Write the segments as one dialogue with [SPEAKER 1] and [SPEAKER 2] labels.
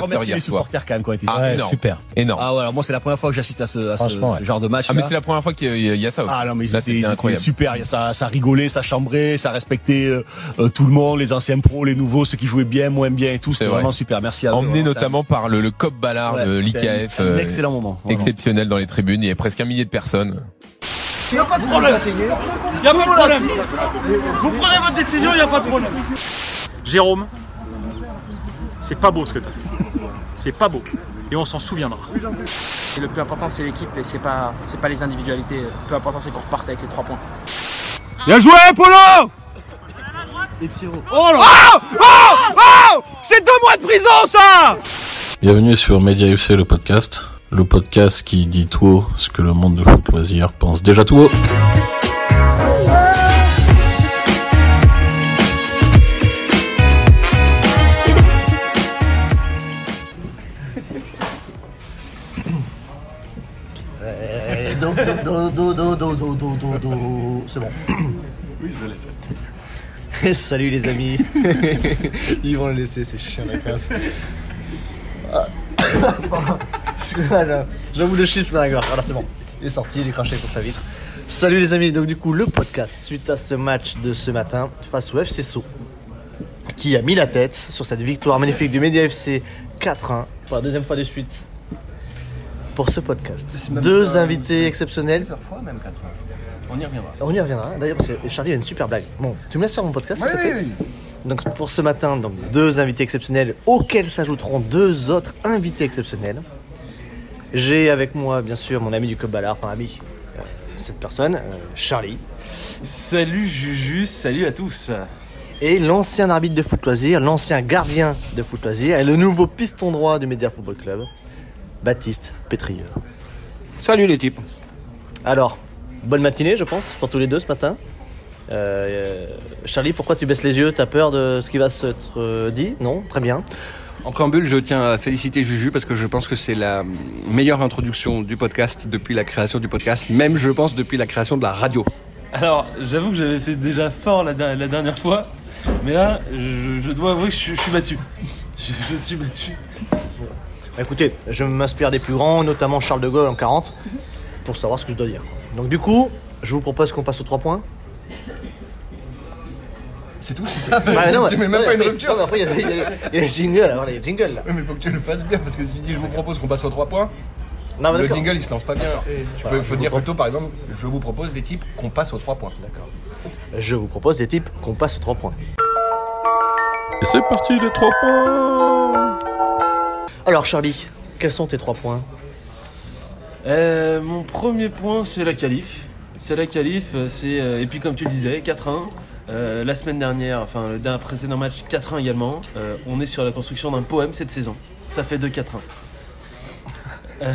[SPEAKER 1] remercie
[SPEAKER 2] hier
[SPEAKER 1] les
[SPEAKER 2] soir.
[SPEAKER 1] supporters quand même qui ont été
[SPEAKER 2] Ah,
[SPEAKER 1] sur-
[SPEAKER 3] Ouais,
[SPEAKER 2] énorme.
[SPEAKER 3] super.
[SPEAKER 2] Énorme.
[SPEAKER 1] Ah ouais, alors moi c'est la première fois que j'assiste à ce, à ce
[SPEAKER 3] Franchement, ouais.
[SPEAKER 1] genre de match.
[SPEAKER 2] Ah, mais c'est la première fois qu'il y a- il y a ça aussi.
[SPEAKER 1] Ah non mais ils
[SPEAKER 2] Là,
[SPEAKER 1] étaient,
[SPEAKER 2] c'était
[SPEAKER 1] ils étaient
[SPEAKER 2] incroyable.
[SPEAKER 1] super, Il y a- ça, ça rigolait, ça chambrait, ça respectait euh, euh, tout le monde, les anciens pros, les nouveaux, ceux qui jouaient bien, moins bien et tout, c'était
[SPEAKER 2] vrai.
[SPEAKER 1] vraiment super. Merci à eux.
[SPEAKER 2] Emmené
[SPEAKER 1] hein.
[SPEAKER 2] notamment par le, le COP Ballard
[SPEAKER 1] Ouais,
[SPEAKER 2] de
[SPEAKER 1] c'était un-
[SPEAKER 2] l'IKF.
[SPEAKER 1] un
[SPEAKER 2] euh,
[SPEAKER 1] excellent moment. vraiment.
[SPEAKER 2] Exceptionnel dans les tribunes. Il y avait presque un millier de personnes.
[SPEAKER 4] Il n'y a pas de problème. Il n'y a pas de problème. Vous prenez votre décision, il n'y a pas de problème.
[SPEAKER 5] Jérôme, c'est pas beau ce que t'as fait. C'est pas beau. Et on s'en souviendra. Et le plus important c'est l'équipe et c'est pas, c'est pas les individualités. Le plus important c'est qu'on reparte avec les trois points.
[SPEAKER 6] Bien joué, Polo Oh là Oh Oh Oh C'est deux mois de prison, ça
[SPEAKER 7] Bienvenue sur Media FC, le podcast. Le podcast qui dit tout haut ce que le monde de foot loisir pense déjà tout haut.
[SPEAKER 8] Do, do, do, do, do, do, do, do, do. C'est bon. Oui, je laisse. Salut les amis. Ils vont le laisser, ces chiens de classe. Ah. J'avoue le chips dans la gorge. Voilà, c'est bon. Il est sorti, j'ai craché contre la vitre. Salut les amis. Donc, du coup, le podcast suite à ce match de ce matin face au FC Sceaux qui a mis la tête sur cette victoire magnifique du Média FC 4-1 pour la deuxième fois de suite pour ce podcast. Deux invités exceptionnels. On y reviendra. D'ailleurs, parce que Charlie a une super blague. Bon, tu me laisses faire mon podcast s'il te plaît Donc, pour ce matin, donc, deux invités exceptionnels auxquels s'ajouteront deux autres invités exceptionnels. J'ai avec moi, bien sûr, mon ami du Club Ballard, enfin, ami, euh, cette personne, euh, Charlie,
[SPEAKER 9] Salut Juju, salut à tous.
[SPEAKER 8] et l'ancien arbitre de foot loisir, l'ancien gardien de foot loisir, et le nouveau piston droit du Média Football Club, Baptiste Pétrieux.
[SPEAKER 6] Salut les types.
[SPEAKER 8] Alors, bonne matinée, je pense, pour tous les deux ce matin. Euh, euh, Charlie, pourquoi tu baisses les yeux T'as peur de ce qui va se te euh, dit Non Très bien.
[SPEAKER 6] En préambule, je tiens à féliciter Juju parce que je pense que c'est la meilleure introduction du podcast depuis la création du podcast, même je pense depuis la création de la radio.
[SPEAKER 9] Alors, j'avoue que j'avais fait déjà fort la, der- la dernière fois, mais là, je, je dois avouer que je, suis- je suis battu. Je, je suis battu.
[SPEAKER 8] Bah, Écoutez, je m'inspire des plus grands, notamment Charles de Gaulle en 40, pour savoir ce que je dois dire. Donc du coup, je vous propose qu'on passe aux trois points.
[SPEAKER 6] C'est tout si c'est
[SPEAKER 8] Bah, non,
[SPEAKER 6] Tu
[SPEAKER 8] mais-
[SPEAKER 6] mets même
[SPEAKER 8] non,
[SPEAKER 6] pas
[SPEAKER 8] mais
[SPEAKER 6] une
[SPEAKER 8] après-
[SPEAKER 6] rupture.
[SPEAKER 8] non, mais après, il y a- il y, a- il y a les jingles, alors il y a les jingles là.
[SPEAKER 6] Mais faut que tu le fasses bien parce que si tu dis je vous propose qu'on passe aux trois points,
[SPEAKER 8] Non, mais
[SPEAKER 6] le
[SPEAKER 8] d'accord. Bah,
[SPEAKER 6] jingle il se lance pas bien. Tu peux faut dire plutôt par exemple je vous propose des types qu'on passe aux trois points. D'accord.
[SPEAKER 8] Je vous propose des types qu'on passe aux trois points.
[SPEAKER 7] Et c'est parti, les trois points
[SPEAKER 8] Alors Charlie, quels sont tes trois points
[SPEAKER 9] Euh, mon premier point, c'est la qualif. C'est la qualif, euh, c'est euh, et puis comme tu le disais, 4-1. Euh, la semaine dernière, enfin le dernier précédent match, 4-1 également. Euh, on est sur la construction d'un poème cette saison. Ça fait 2 4-1. Euh,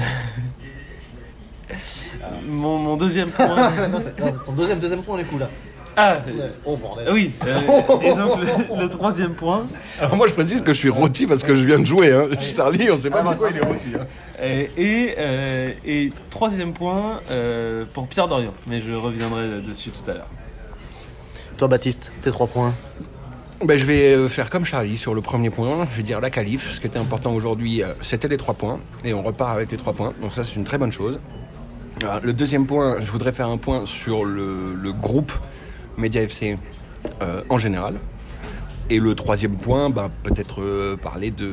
[SPEAKER 9] Mon, mon deuxième point.
[SPEAKER 8] Non, c'est non, c'est ton deuxième, deuxième point du coup là.
[SPEAKER 9] Ah,
[SPEAKER 8] Oh bordel.
[SPEAKER 9] Oui, euh, et donc le, le troisième point,
[SPEAKER 6] Alors moi je précise que je suis rôti parce que je viens de jouer. Hein. Charlie, on sait pas pourquoi il est rôti. hein.
[SPEAKER 9] euh, et, euh, et troisième point euh, pour Pierre Dorian, mais je reviendrai dessus tout à l'heure.
[SPEAKER 8] Toi Baptiste, tes trois points.
[SPEAKER 6] Ben, je vais euh, faire comme Charlie sur le premier point. Je vais dire la qualif. Ce qui était important aujourd'hui, euh, c'était les trois points. Et on repart avec les trois points. Donc ça, c'est une très bonne chose. Alors, le deuxième point, je voudrais faire un point sur le, le groupe Média FC euh, en général. Et le troisième point, ben, peut-être euh, parler de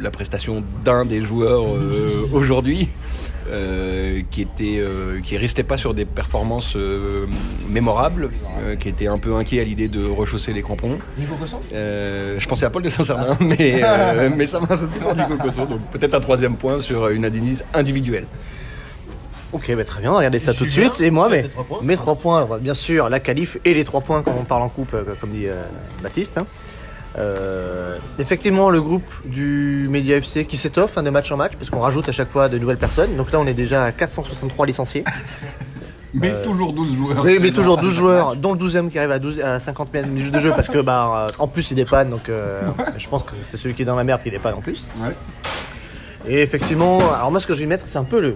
[SPEAKER 6] la prestation d'un des joueurs euh, aujourd'hui, euh, qui était, euh, qui restait pas sur des performances euh, mémorables, euh, qui était un peu inquiet à l'idée de rechausser les crampons.
[SPEAKER 8] Nico Cosson
[SPEAKER 6] Euh, je pensais à Paul de Saint-Germain, mais, euh, mais ça marche aussi pour Nico Cosso. Donc peut-être un troisième point sur euh, une analyse individuelle.
[SPEAKER 8] Ok, bah, très bien, regardez ça
[SPEAKER 9] Je
[SPEAKER 8] tout de
[SPEAKER 9] suis bien,
[SPEAKER 8] suite. Et moi,
[SPEAKER 9] tu as
[SPEAKER 8] mais,
[SPEAKER 9] tes trois points.
[SPEAKER 8] mes trois points, bah, bien sûr, la qualif et les trois points quand on parle en couple, euh, comme dit euh, Baptiste. hein. Euh, effectivement, le groupe du Média FC qui s'étoffe hein, de match en match, parce qu'on rajoute à chaque fois de nouvelles personnes. Donc là, on est déjà à 463 licenciés. Euh,
[SPEAKER 6] Mais toujours 12 joueurs.
[SPEAKER 8] Oui, mais toujours 12 joueurs, dont le 12e qui arrive à, la 12, à la 50 e minute de jeu, parce que bah, euh, en plus il dépanne, donc euh, je pense que c'est celui qui est dans la merde qui dépanne en plus.
[SPEAKER 6] Ouais.
[SPEAKER 8] Et effectivement, alors moi ce que je vais mettre, c'est un peu le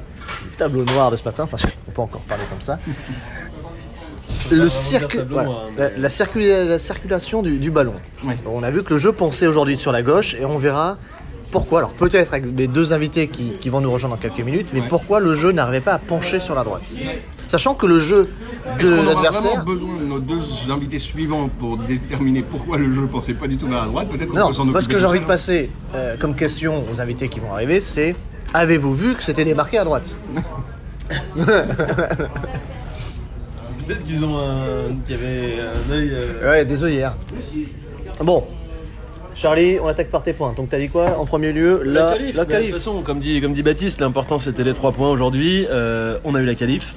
[SPEAKER 8] tableau noir de ce matin, enfin on peut encore parler comme ça. Le cirque,
[SPEAKER 9] tableau
[SPEAKER 8] voilà.
[SPEAKER 9] noir,
[SPEAKER 8] la, la circula- la circulation du, du ballon. On a vu que le jeu pensait aujourd'hui sur la gauche et on verra pourquoi, alors peut-être avec les deux invités qui, qui vont nous rejoindre dans quelques minutes, mais pourquoi le jeu n'arrivait pas à pencher sur la droite Sachant que le jeu de
[SPEAKER 6] On aura vraiment
[SPEAKER 8] l'adversaire.
[SPEAKER 6] besoin de nos deux invités suivants pour déterminer pourquoi le jeu pensait pas du tout vers la droite. Peut-être qu'on
[SPEAKER 8] Non,
[SPEAKER 6] peut s'en occuper.
[SPEAKER 8] moi ce que
[SPEAKER 6] tout
[SPEAKER 8] j'ai envie
[SPEAKER 6] seul.
[SPEAKER 8] de passer euh, comme question aux invités qui vont arriver, c'est avez-vous vu que c'était démarqué à droite
[SPEAKER 9] Peut-être qu'ils ont un. qu'il y avait un œil. euh,
[SPEAKER 8] Ouais, des œillères. Bon. Charlie, on attaque par tes points. Donc t'as dit quoi en premier lieu
[SPEAKER 9] La,
[SPEAKER 8] La,
[SPEAKER 9] qualif,
[SPEAKER 8] la
[SPEAKER 9] mais de
[SPEAKER 8] qualif.
[SPEAKER 9] toute façon, comme dit, comme dit Baptiste, l'important c'était les trois points aujourd'hui. Euh, on a eu la qualif.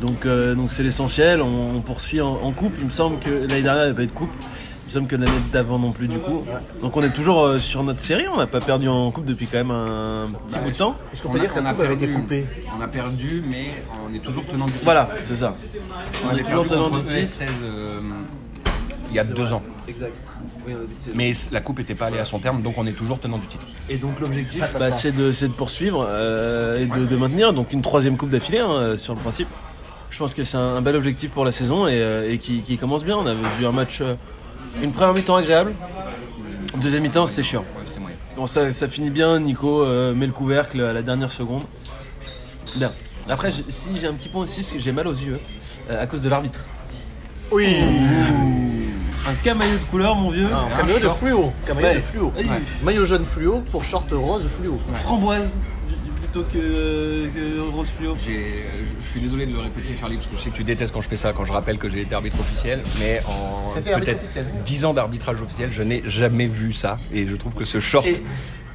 [SPEAKER 9] Donc euh, donc c'est l'essentiel. On, on poursuit en, en coupe. Il me semble que l'année dernière il n'y avait pas eu de coupe. Il me semble que l'année d'avant non plus du coup. Donc on est toujours euh, sur notre série. On n'a pas perdu en coupe depuis quand même un petit bout de temps.
[SPEAKER 8] Est-ce qu'on peut dire qu'on a avait été coupé
[SPEAKER 6] On a perdu, mais on est toujours tenant du titre.
[SPEAKER 9] Voilà, c'est ça.
[SPEAKER 6] on
[SPEAKER 9] on
[SPEAKER 6] est
[SPEAKER 9] est toujours tenant du titre.
[SPEAKER 6] 16 Euh, il y a deux ans.
[SPEAKER 9] Exact.
[SPEAKER 6] Mais la coupe n'était pas allée à son terme, donc on est toujours tenant du titre.
[SPEAKER 9] Et donc l'objectif, bah, c'est de, c'est de poursuivre euh, et de, de maintenir donc une troisième coupe d'affilée hein, sur le principe. Je pense que c'est un, un bel objectif pour la saison et, euh, et qui, qui commence bien. On avait vu un match, euh, une première mi-temps agréable, deuxième mi-temps c'était chiant.
[SPEAKER 6] Ouais, c'était moyen.
[SPEAKER 9] Bon, ça, ça finit bien, Nico euh, met le couvercle à la dernière seconde. Bien. Après, j'ai- si j'ai un petit point aussi, parce que j'ai mal aux yeux, euh, à cause de l'arbitre. Oui Un camaillot de couleur, mon vieux.
[SPEAKER 8] Un camion Ah, de fluo. Camion
[SPEAKER 9] Ouais.
[SPEAKER 8] de fluo.
[SPEAKER 9] Ouais.
[SPEAKER 8] Maillot jaune fluo pour short rose fluo.
[SPEAKER 9] Framboise plutôt que, que rose fluo.
[SPEAKER 6] J'ai- euh, Je suis désolé de le répéter, Charlie, parce que je sais que tu détestes quand je fais ça, quand je rappelle que j'ai été arbitre officiel, mais en
[SPEAKER 8] T'étais arbitre
[SPEAKER 6] peut-être
[SPEAKER 8] officiel.
[SPEAKER 6] 10 ans d'arbitrage officiel, je n'ai jamais vu ça. Et je trouve que ce short
[SPEAKER 9] Et-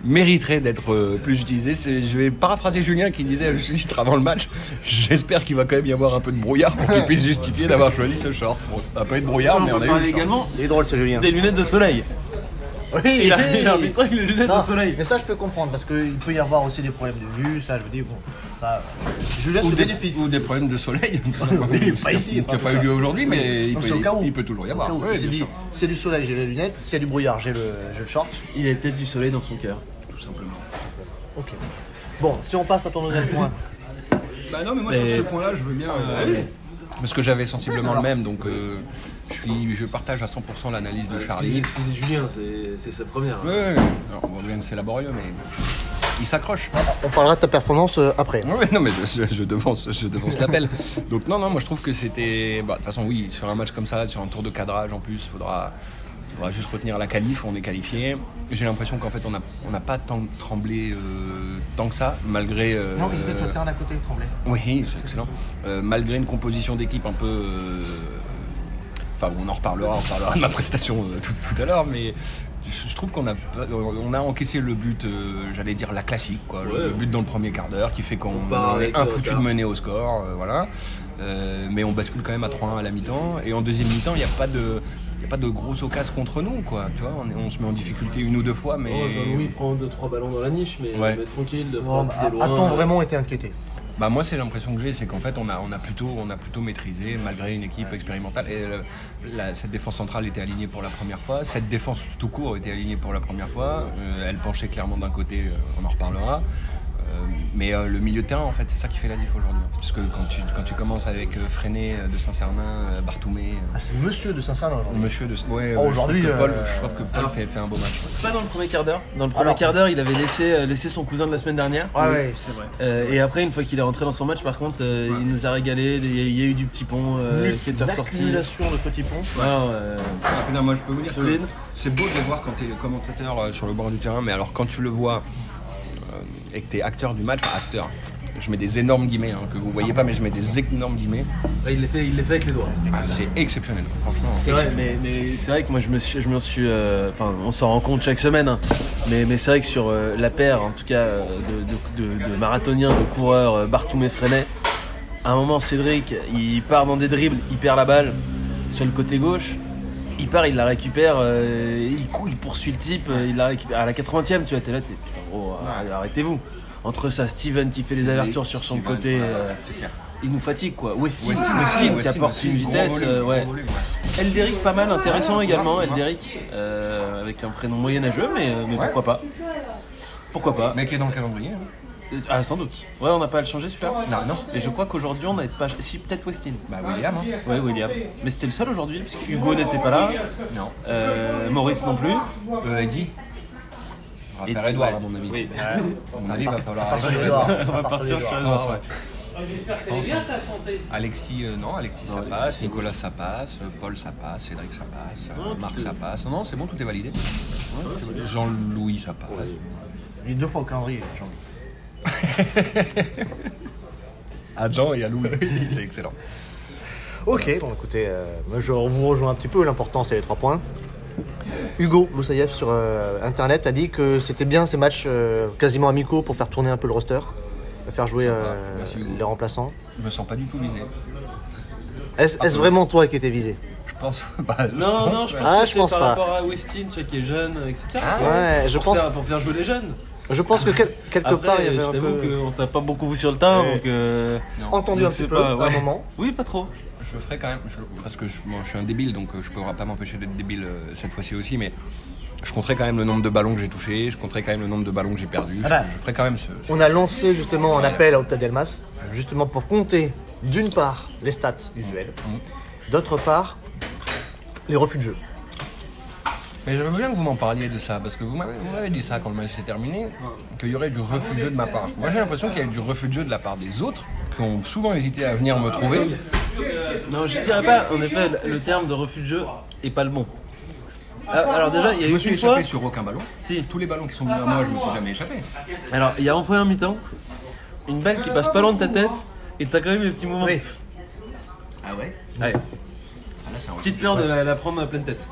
[SPEAKER 6] mériterait d'être euh, plus utilisé. C'est- Je vais paraphraser Julien qui disait à juste titre avant le match j'espère qu'il va quand même y avoir un peu de brouillard pour qu'il puisse justifier d'avoir choisi ce short. Bon, un peu de brouillard, Ah, mais on
[SPEAKER 9] on peut
[SPEAKER 6] a eu.
[SPEAKER 9] parler
[SPEAKER 6] le short.
[SPEAKER 9] également
[SPEAKER 8] Il est drôle ce Julien.
[SPEAKER 9] des lunettes de soleil.
[SPEAKER 8] Oui,
[SPEAKER 9] Il a
[SPEAKER 8] oui.
[SPEAKER 9] il a arbitré avec les lunettes
[SPEAKER 8] Non,
[SPEAKER 9] de soleil.
[SPEAKER 8] Mais ça, je peux comprendre parce qu'il peut y avoir aussi des problèmes de vue. Ça, je veux dire, bon, ça. Je lui laisse
[SPEAKER 6] Ou
[SPEAKER 8] le
[SPEAKER 6] des,
[SPEAKER 8] bénéfice.
[SPEAKER 6] ou des problèmes de soleil.
[SPEAKER 8] Oui, pas ici,
[SPEAKER 6] Qui
[SPEAKER 8] pas
[SPEAKER 6] n'a
[SPEAKER 8] tout
[SPEAKER 6] pas eu
[SPEAKER 8] ça.
[SPEAKER 6] lieu aujourd'hui, mais il
[SPEAKER 8] Non,
[SPEAKER 6] peut,
[SPEAKER 8] c'est au cas où.
[SPEAKER 6] il peut toujours y
[SPEAKER 8] C'est au
[SPEAKER 6] avoir.
[SPEAKER 8] cas où.
[SPEAKER 6] Ouais,
[SPEAKER 8] C'est
[SPEAKER 6] bien
[SPEAKER 8] dit,
[SPEAKER 6] sûr.
[SPEAKER 8] c'est du soleil, j'ai les lunettes. S'il y a du brouillard, j'ai le, j'ai le short.
[SPEAKER 9] Il avait peut-être du soleil dans son cœur.
[SPEAKER 8] Ok. Bon, si on passe à ton deuxième point.
[SPEAKER 6] Bah non, mais moi
[SPEAKER 9] Mais-
[SPEAKER 6] sur ce point-là, je veux bien. euh, Parce que j'avais sensiblement le même, donc euh, je, suis, je partage à 100% l'analyse de Charlie.
[SPEAKER 9] Excusez Julien, c'est sa première.
[SPEAKER 6] Ouais, ouais, ouais. Alors, on voit bien que c'est laborieux, mais il s'accroche.
[SPEAKER 8] On parlera de ta performance euh, après.
[SPEAKER 6] Ouais, ouais, non, mais je, je- je devance, je devance l'appel. Donc non, non, moi je trouve que c'était. bah, De toute façon, oui, sur un match comme ça, sur un tour de cadrage en plus, faudra. faudra juste retenir la qualif, on est qualifié. J'ai l'impression qu'en fait on n'a on n'a pas tant tremblé euh, tant que ça, malgré. euh,
[SPEAKER 8] Non, il était tout le terrain à côté, il tremblait.
[SPEAKER 6] Oui, c'est excellent. Euh, malgré une composition d'équipe un peu. euh, Enfin, on en reparlera, on reparlera de ma prestation euh, tout, tout à l'heure, mais je, je trouve qu'on a, pas- on a encaissé le but, euh, j'allais dire la classique, quoi, le but dans le premier quart d'heure qui fait qu'on on
[SPEAKER 9] part
[SPEAKER 6] est
[SPEAKER 9] avec
[SPEAKER 6] un
[SPEAKER 9] le
[SPEAKER 6] foutu de
[SPEAKER 9] retard.
[SPEAKER 6] mener au score, euh, voilà. Euh, mais on bascule quand même à 3-1 à la mi-temps, et en deuxième mi-temps, il n'y a pas de. il y a pas de grosse occasion contre nous, quoi. Tu vois, on, est- on se met en difficulté une ou deux fois, mais.
[SPEAKER 9] Oh, Jean-Louis prend 2-3 ballons dans la niche, mais,
[SPEAKER 6] Ouais.
[SPEAKER 9] mais tranquille, de
[SPEAKER 8] Bon,
[SPEAKER 9] prendre
[SPEAKER 8] a-
[SPEAKER 9] des loin.
[SPEAKER 8] a-t-on vraiment été inquiété
[SPEAKER 6] Bah moi c'est l'impression que j'ai, c'est qu'en fait on a, on, a plutôt, on a plutôt maîtrisé malgré une équipe expérimentale. Et euh, la- cette défense centrale était alignée pour la première fois, cette défense tout court était alignée pour la première fois, Euh, elle penchait clairement d'un côté, euh, on en reparlera. Euh, mais euh, le milieu de terrain en fait c'est ça qui fait la diff aujourd'hui. Parce que quand tu, quand tu commences avec euh, Freinet euh, de Saint-Cernin, euh, Bartoumé,
[SPEAKER 8] Ah,
[SPEAKER 6] euh,
[SPEAKER 8] c'est monsieur de Saint-Saëns aujourd'hui.
[SPEAKER 6] Monsieur de... Ouais,
[SPEAKER 8] Oh, aujourd'hui,
[SPEAKER 6] je trouve que Paul,
[SPEAKER 8] euh,
[SPEAKER 6] je trouve que Paul
[SPEAKER 9] alors-
[SPEAKER 6] fait, fait un beau match. ouais.
[SPEAKER 9] Pas dans le premier quart d'heure. Dans le premier
[SPEAKER 8] Alors.
[SPEAKER 9] quart d'heure, il avait laissé, euh, laissé son cousin de la semaine dernière.
[SPEAKER 8] Ouais, ouais, c'est vrai.
[SPEAKER 9] Euh, et après, une fois qu'il est rentré dans son match, par contre, euh, il nous a régalé. Il y a, il y a eu du petit pont euh, qui était ressorti.
[SPEAKER 8] L'accumulation de petits ponts.
[SPEAKER 9] Ah, ouais.
[SPEAKER 6] Ah, putain, moi je peux vous dire que
[SPEAKER 9] Solide.
[SPEAKER 6] c'est beau de les voir quand t'es commentateur euh, sur le bord du terrain, mais alors quand tu le vois euh, et que t'es acteur du match, enfin, acteur, je mets des énormes guillemets hein, que vous voyez pas, mais je mets des énormes guillemets.
[SPEAKER 9] Ouais, il l'a fait, il l'a fait avec les doigts.
[SPEAKER 6] Ah, c'est exceptionnel, franchement.
[SPEAKER 9] C'est vrai, mais, mais c'est vrai que moi je me suis, je me suis, euh, enfin, on s'en rend compte chaque semaine. hein. Mais, mais c'est vrai que sur euh, la paire, en tout cas, euh, de, de, de- de marathoniens, de coureurs, euh, Bartoum et Freinet, à un moment Cédric, il part dans des dribbles, il perd la balle sur le côté gauche. Il part, il la récupère, euh, il cou- il poursuit le type, euh, il la récupère à la 80e, tu vois, t'es là, t'es putain, gros, arrêtez-vous. Entre ça, Steven qui fait des ouvertures sur son
[SPEAKER 6] Steven,
[SPEAKER 9] côté,
[SPEAKER 6] ouais,
[SPEAKER 9] euh,
[SPEAKER 6] c'est clair.
[SPEAKER 9] il nous fatigue quoi. Westin,
[SPEAKER 6] Westin,
[SPEAKER 9] Westin qui
[SPEAKER 6] Westin,
[SPEAKER 9] apporte
[SPEAKER 6] Westin,
[SPEAKER 9] une
[SPEAKER 6] gros
[SPEAKER 9] vitesse,
[SPEAKER 6] volume,
[SPEAKER 9] euh,
[SPEAKER 6] gros
[SPEAKER 9] ouais.
[SPEAKER 6] volume,
[SPEAKER 9] Elderic pas mal, intéressant également, Elderic, euh, avec un prénom moyenâgeux, mais, euh, mais pourquoi pas. Pourquoi pas
[SPEAKER 6] Mec est dans le calendrier. hein.
[SPEAKER 9] Ah, sans doute. Ouais, on n'a pas à le changer celui-là
[SPEAKER 6] Non, non.
[SPEAKER 9] Et je crois qu'aujourd'hui, on n'avait pas. Si, peut-être Westin.
[SPEAKER 6] Bah William. hein.
[SPEAKER 9] Ouais, William. Mais c'était le seul aujourd'hui, parce que Hugo n'était pas là.
[SPEAKER 6] Non.
[SPEAKER 9] Euh, Maurice non plus.
[SPEAKER 6] Euh, Eddie. On va faire Edouard, à mon avis.
[SPEAKER 9] Oui.
[SPEAKER 6] À mon avis, il va falloir
[SPEAKER 8] Partir
[SPEAKER 6] arrêter
[SPEAKER 8] Edouard,
[SPEAKER 6] Edouard.
[SPEAKER 9] On va partir sur
[SPEAKER 8] Ah,
[SPEAKER 6] Non,
[SPEAKER 9] Edouard,
[SPEAKER 6] ça-
[SPEAKER 9] ouais.
[SPEAKER 6] Alexis, euh, non, Alexis ça
[SPEAKER 9] Alexis,
[SPEAKER 6] passe,
[SPEAKER 9] c'est
[SPEAKER 6] Nicolas ça passe, euh, Paul ça passe, Cédric ça passe, euh,
[SPEAKER 9] Non, tout
[SPEAKER 6] Marc
[SPEAKER 9] est-
[SPEAKER 6] ça passe. Non, c'est bon, tout est validé. Jean-Louis ça passe.
[SPEAKER 8] Il est deux fois au calendrier, jean
[SPEAKER 1] À Jean et à Lou.
[SPEAKER 6] C'est excellent.
[SPEAKER 8] Ok, bon écoutez, euh, moi, je vous rejoins un petit peu, l'important c'est les trois points. Hugo Moussaïev sur euh, internet a dit que c'était bien ces matchs euh, quasiment amicaux pour faire tourner un peu le roster, faire jouer
[SPEAKER 6] Sympa.
[SPEAKER 8] euh,
[SPEAKER 6] Merci, Hugo.
[SPEAKER 8] les remplaçants.
[SPEAKER 6] Je me sens pas du tout visé.
[SPEAKER 8] Est-ce
[SPEAKER 9] Ah,
[SPEAKER 8] est-ce vraiment toi qui étais visé
[SPEAKER 6] Je pense. bah, je
[SPEAKER 9] Non,
[SPEAKER 6] pense-
[SPEAKER 9] non, je pense
[SPEAKER 8] Ah,
[SPEAKER 9] que
[SPEAKER 8] je
[SPEAKER 9] c'est
[SPEAKER 8] pense
[SPEAKER 9] par
[SPEAKER 8] pas. Ah,
[SPEAKER 9] rapport à Westin, tu vois, qui est jeune, euh, etc.
[SPEAKER 8] Ouais, je
[SPEAKER 9] pour,
[SPEAKER 8] pense,
[SPEAKER 9] faire, pour faire jouer les jeunes.
[SPEAKER 8] je pense que quel- quelque
[SPEAKER 9] Après,
[SPEAKER 8] part il y avait
[SPEAKER 9] je
[SPEAKER 8] un
[SPEAKER 9] t'avoue
[SPEAKER 8] peu
[SPEAKER 9] qu'on t'a pas beaucoup vu sur le terrain,
[SPEAKER 8] Ouais.
[SPEAKER 9] donc... euh,
[SPEAKER 8] entendu
[SPEAKER 9] je
[SPEAKER 8] un
[SPEAKER 9] sais
[SPEAKER 8] petit peu
[SPEAKER 9] pas,
[SPEAKER 8] à un
[SPEAKER 9] ouais.
[SPEAKER 8] moment.
[SPEAKER 9] Oui, pas trop.
[SPEAKER 6] Je ferai quand même, je- parce que je, moi, je suis un débile, donc euh, je ne pourrai pas m'empêcher d'être débile euh, cette fois-ci aussi, mais je compterai quand même le nombre de ballons que j'ai touchés, je compterai quand même le nombre de ballons que j'ai perdus,
[SPEAKER 8] Ah bah.
[SPEAKER 6] je, je ferai quand même ce... ce-
[SPEAKER 8] On a lancé justement un appel à Opta Delmas, justement pour compter d'une part les stats usuelles, d'autre part les refus de jeu.
[SPEAKER 6] Mais j'aimerais bien que vous m'en parliez de ça, parce que vous m'avez vous m'avez dit ça quand le match s'est terminé, qu'il y aurait du refus de jeu de ma part. Moi j'ai l'impression qu'il y a eu du refus de jeu de la part des autres, qui ont souvent hésité à venir me trouver.
[SPEAKER 9] Non, je dirais pas, en effet, le terme de refus de jeu est pas le bon. Ah, Alors déjà, il y a
[SPEAKER 6] Je me
[SPEAKER 9] eu
[SPEAKER 6] suis
[SPEAKER 9] une fois...
[SPEAKER 6] échappé sur aucun ballon.
[SPEAKER 9] Si.
[SPEAKER 6] Tous les ballons qui sont venus à moi, je me suis jamais échappé.
[SPEAKER 9] Alors, il y a en première mi-temps, une balle qui passe pas loin de ta tête, et t'as quand même les petits moments...
[SPEAKER 8] Oui.
[SPEAKER 6] Ah ouais
[SPEAKER 9] Ouais. Petite peur de la, la prendre à pleine tête.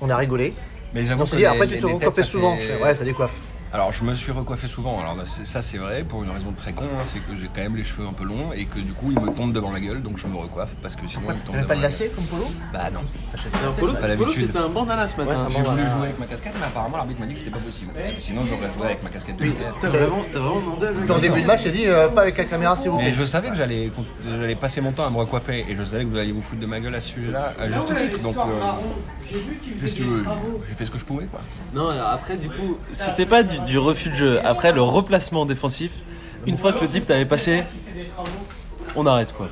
[SPEAKER 8] On a rigolé.
[SPEAKER 6] Mais
[SPEAKER 8] On
[SPEAKER 6] j'avoue que
[SPEAKER 8] s'est dit, ah,
[SPEAKER 6] les-
[SPEAKER 8] après
[SPEAKER 6] les-
[SPEAKER 8] tu te
[SPEAKER 6] les têtes,
[SPEAKER 8] recoiffais
[SPEAKER 6] ça
[SPEAKER 8] souvent.
[SPEAKER 6] fait-
[SPEAKER 8] Je fais, Ouais, ça décoiffe.
[SPEAKER 6] Alors je me suis recoiffé souvent, alors c'est- ça c'est vrai, pour une raison très con, hein, c'est que j'ai quand même les cheveux un peu longs et que du coup ils me tombent devant la gueule, donc je me recoiffe parce que sinon ils me tombent
[SPEAKER 8] T'avais
[SPEAKER 6] devant
[SPEAKER 8] pas de
[SPEAKER 6] la
[SPEAKER 8] lacet comme polo Ah,
[SPEAKER 6] gueule. Bah non.
[SPEAKER 9] Alors, Polo,
[SPEAKER 6] pas
[SPEAKER 9] Polo,
[SPEAKER 6] l'habitude.
[SPEAKER 9] c'était un bandana ce matin.
[SPEAKER 8] Ouais,
[SPEAKER 6] J'ai voulu jouer avec ma casquette mais apparemment l'arbitre m'a dit que c'était pas possible. Parce que sinon j'aurais joué avec ma casquette de
[SPEAKER 9] Mais
[SPEAKER 6] l'UTR.
[SPEAKER 9] T'as vraiment, t'as vraiment demandé à
[SPEAKER 8] Puis en début de match, j'ai dit euh, pas avec la caméra s'il vous
[SPEAKER 6] Mais
[SPEAKER 8] plaît.
[SPEAKER 6] je savais que j'allais j'allais passer mon temps à me recoiffer et je savais que vous alliez vous foutre de ma gueule à ce sujet-là à juste titre. Donc euh, qu'est-ce que tu veux J'ai fait ce que je pouvais quoi.
[SPEAKER 9] Non, alors après, du coup, c'était pas du, du refus de jeu. Après, le replacement défensif, une fois que le type t'avait passé, on arrête quoi.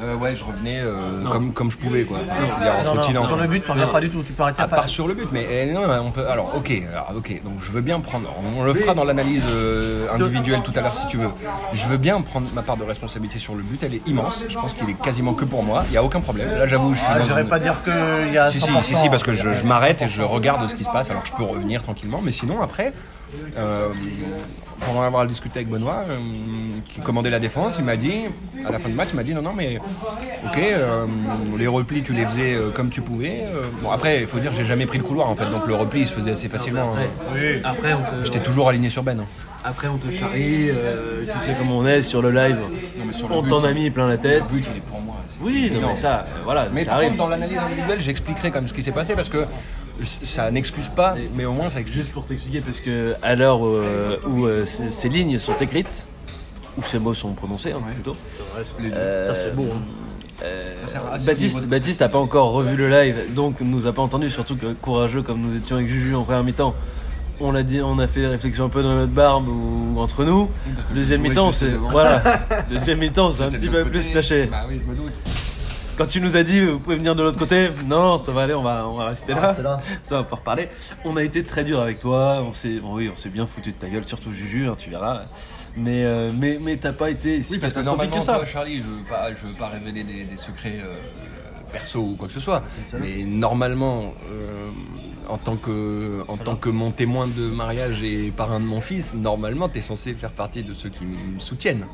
[SPEAKER 6] Euh, ouais je revenais euh, comme, comme je pouvais quoi. Enfin, C'est-à-dire
[SPEAKER 8] Non,
[SPEAKER 6] entre
[SPEAKER 8] non,
[SPEAKER 6] tinants.
[SPEAKER 8] sur le but, tu reviens pas du tout, tu peux arrêter
[SPEAKER 6] À
[SPEAKER 8] la
[SPEAKER 6] part
[SPEAKER 8] passe.
[SPEAKER 6] sur le but, mais euh, non, on peut. Alors, ok, alors, ok. Donc, je veux bien prendre. On le fera dans l'analyse euh, individuelle tout à l'heure, si tu veux. Je veux bien prendre ma part de responsabilité sur le but. Elle est immense. Je pense qu'il est quasiment que pour moi. Il y a aucun problème. Là, j'avoue, je suis.
[SPEAKER 8] Ah,
[SPEAKER 6] dans
[SPEAKER 8] J'irais
[SPEAKER 6] une-
[SPEAKER 8] pas dire qu'il y a 100%.
[SPEAKER 6] si, si, si, si, parce que je, je m'arrête et je regarde ce qui se passe, alors je peux revenir tranquillement. Mais sinon, après, euh, pour en avoir discuté avec Benoît, euh, qui commandait la défense, il m'a dit, à la fin du match, il m'a dit non, non, mais ok, euh, les replis, tu les faisais euh, comme tu pouvais. Euh, bon, après, il faut dire, j'ai jamais pris le couloir en fait, donc le repli, il se faisait assez facilement.
[SPEAKER 9] Après,
[SPEAKER 6] hein.
[SPEAKER 9] après, on te,
[SPEAKER 6] J'étais toujours aligné sur Ben. hein.
[SPEAKER 9] après, on te charrie, euh, tu sais comment on est sur le live.
[SPEAKER 6] mais sur le
[SPEAKER 9] on
[SPEAKER 6] but,
[SPEAKER 9] t'en a mis plein la tête.
[SPEAKER 6] Le but, il est pour moi.
[SPEAKER 9] Oui, non,
[SPEAKER 6] énorme.
[SPEAKER 9] mais ça, euh, voilà,
[SPEAKER 6] Mais
[SPEAKER 9] ça
[SPEAKER 6] par
[SPEAKER 9] arrive.
[SPEAKER 6] contre, dans l'analyse individuelle, j'expliquerai quand même ce qui s'est passé parce que ça n'excuse pas, mais au moins ça excuse.
[SPEAKER 9] Juste pour t'expliquer, parce que à l'heure euh, où euh, ces, ces lignes sont écrites, où ces mots sont prononcés hein, plutôt, euh, euh,
[SPEAKER 6] hein. Ça sert à-
[SPEAKER 9] Baptiste, Baptiste n'a pas encore revu le live, donc nous a pas entendu, surtout que courageux comme nous étions avec Juju en première mi-temps. On l'a dit, on a fait des réflexions un peu dans notre barbe ou entre nous. Deuxième
[SPEAKER 6] je voulais
[SPEAKER 9] mi-temps,
[SPEAKER 6] que
[SPEAKER 9] c'est
[SPEAKER 6] j'étais devant.
[SPEAKER 9] voilà. Deuxième mi-temps, c'est un
[SPEAKER 6] Peut-être
[SPEAKER 9] petit
[SPEAKER 6] de l'autre
[SPEAKER 9] peu
[SPEAKER 6] côté.
[SPEAKER 9] plus lâché.
[SPEAKER 6] Bah oui, je me doute.
[SPEAKER 9] Quand tu nous as dit, euh, vous pouvez venir de l'autre côté. Non, non, ça va aller, on va, on va rester là.
[SPEAKER 8] rester là.
[SPEAKER 9] Ça, on va pas reparler. On a été très dur avec toi. On s'est, bon, oui, on s'est bien foutu de ta gueule, surtout Juju, hein, tu verras. Mais, euh, mais, mais t'as pas été si
[SPEAKER 6] Oui, parce que
[SPEAKER 9] catastrophique
[SPEAKER 6] normalement,
[SPEAKER 9] que ça.
[SPEAKER 6] toi, Charlie, je veux pas, je veux pas révéler des, des secrets euh, perso ou quoi que ce soit. Mais normalement, euh, en tant que, en tant que mon témoin de mariage et parrain de mon fils, normalement, t'es censé faire partie de ceux qui me soutiennent.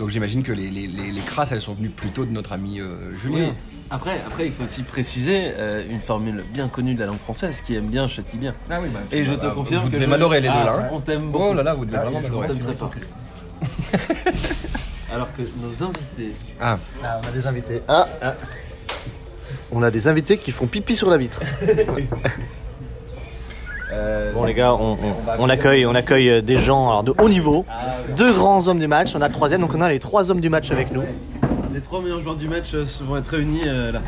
[SPEAKER 6] Donc j'imagine que les, les, les- les crasses, elles sont venues plutôt de notre ami euh,
[SPEAKER 9] Oui.
[SPEAKER 6] Julien.
[SPEAKER 9] Après, après, il faut aussi préciser euh, une formule bien connue de la langue française qui aime bien châtie bien.
[SPEAKER 6] Ah oui, bah,
[SPEAKER 9] Et je te
[SPEAKER 6] bah,
[SPEAKER 9] confirme
[SPEAKER 6] vous
[SPEAKER 9] que
[SPEAKER 6] devez
[SPEAKER 9] je-
[SPEAKER 6] m'adorer les
[SPEAKER 9] Ah,
[SPEAKER 6] deux là. hein.
[SPEAKER 9] On t'aime beaucoup.
[SPEAKER 6] Oh là là, vous devez vraiment
[SPEAKER 9] on
[SPEAKER 6] m'adorer.
[SPEAKER 9] t'aime très fort. Alors que nos invités.
[SPEAKER 6] Ah,
[SPEAKER 8] Ah, on a des invités. Ah. On a des invités qui font pipi sur la vitre. Euh, Bon les gars, on, on- on accueille, on accueille euh, des gens alors, de haut niveau, deux grands hommes du match, on a le troisième, donc on a les trois hommes du match avec nous.
[SPEAKER 9] Les trois meilleurs joueurs du match euh, vont être réunis euh, là.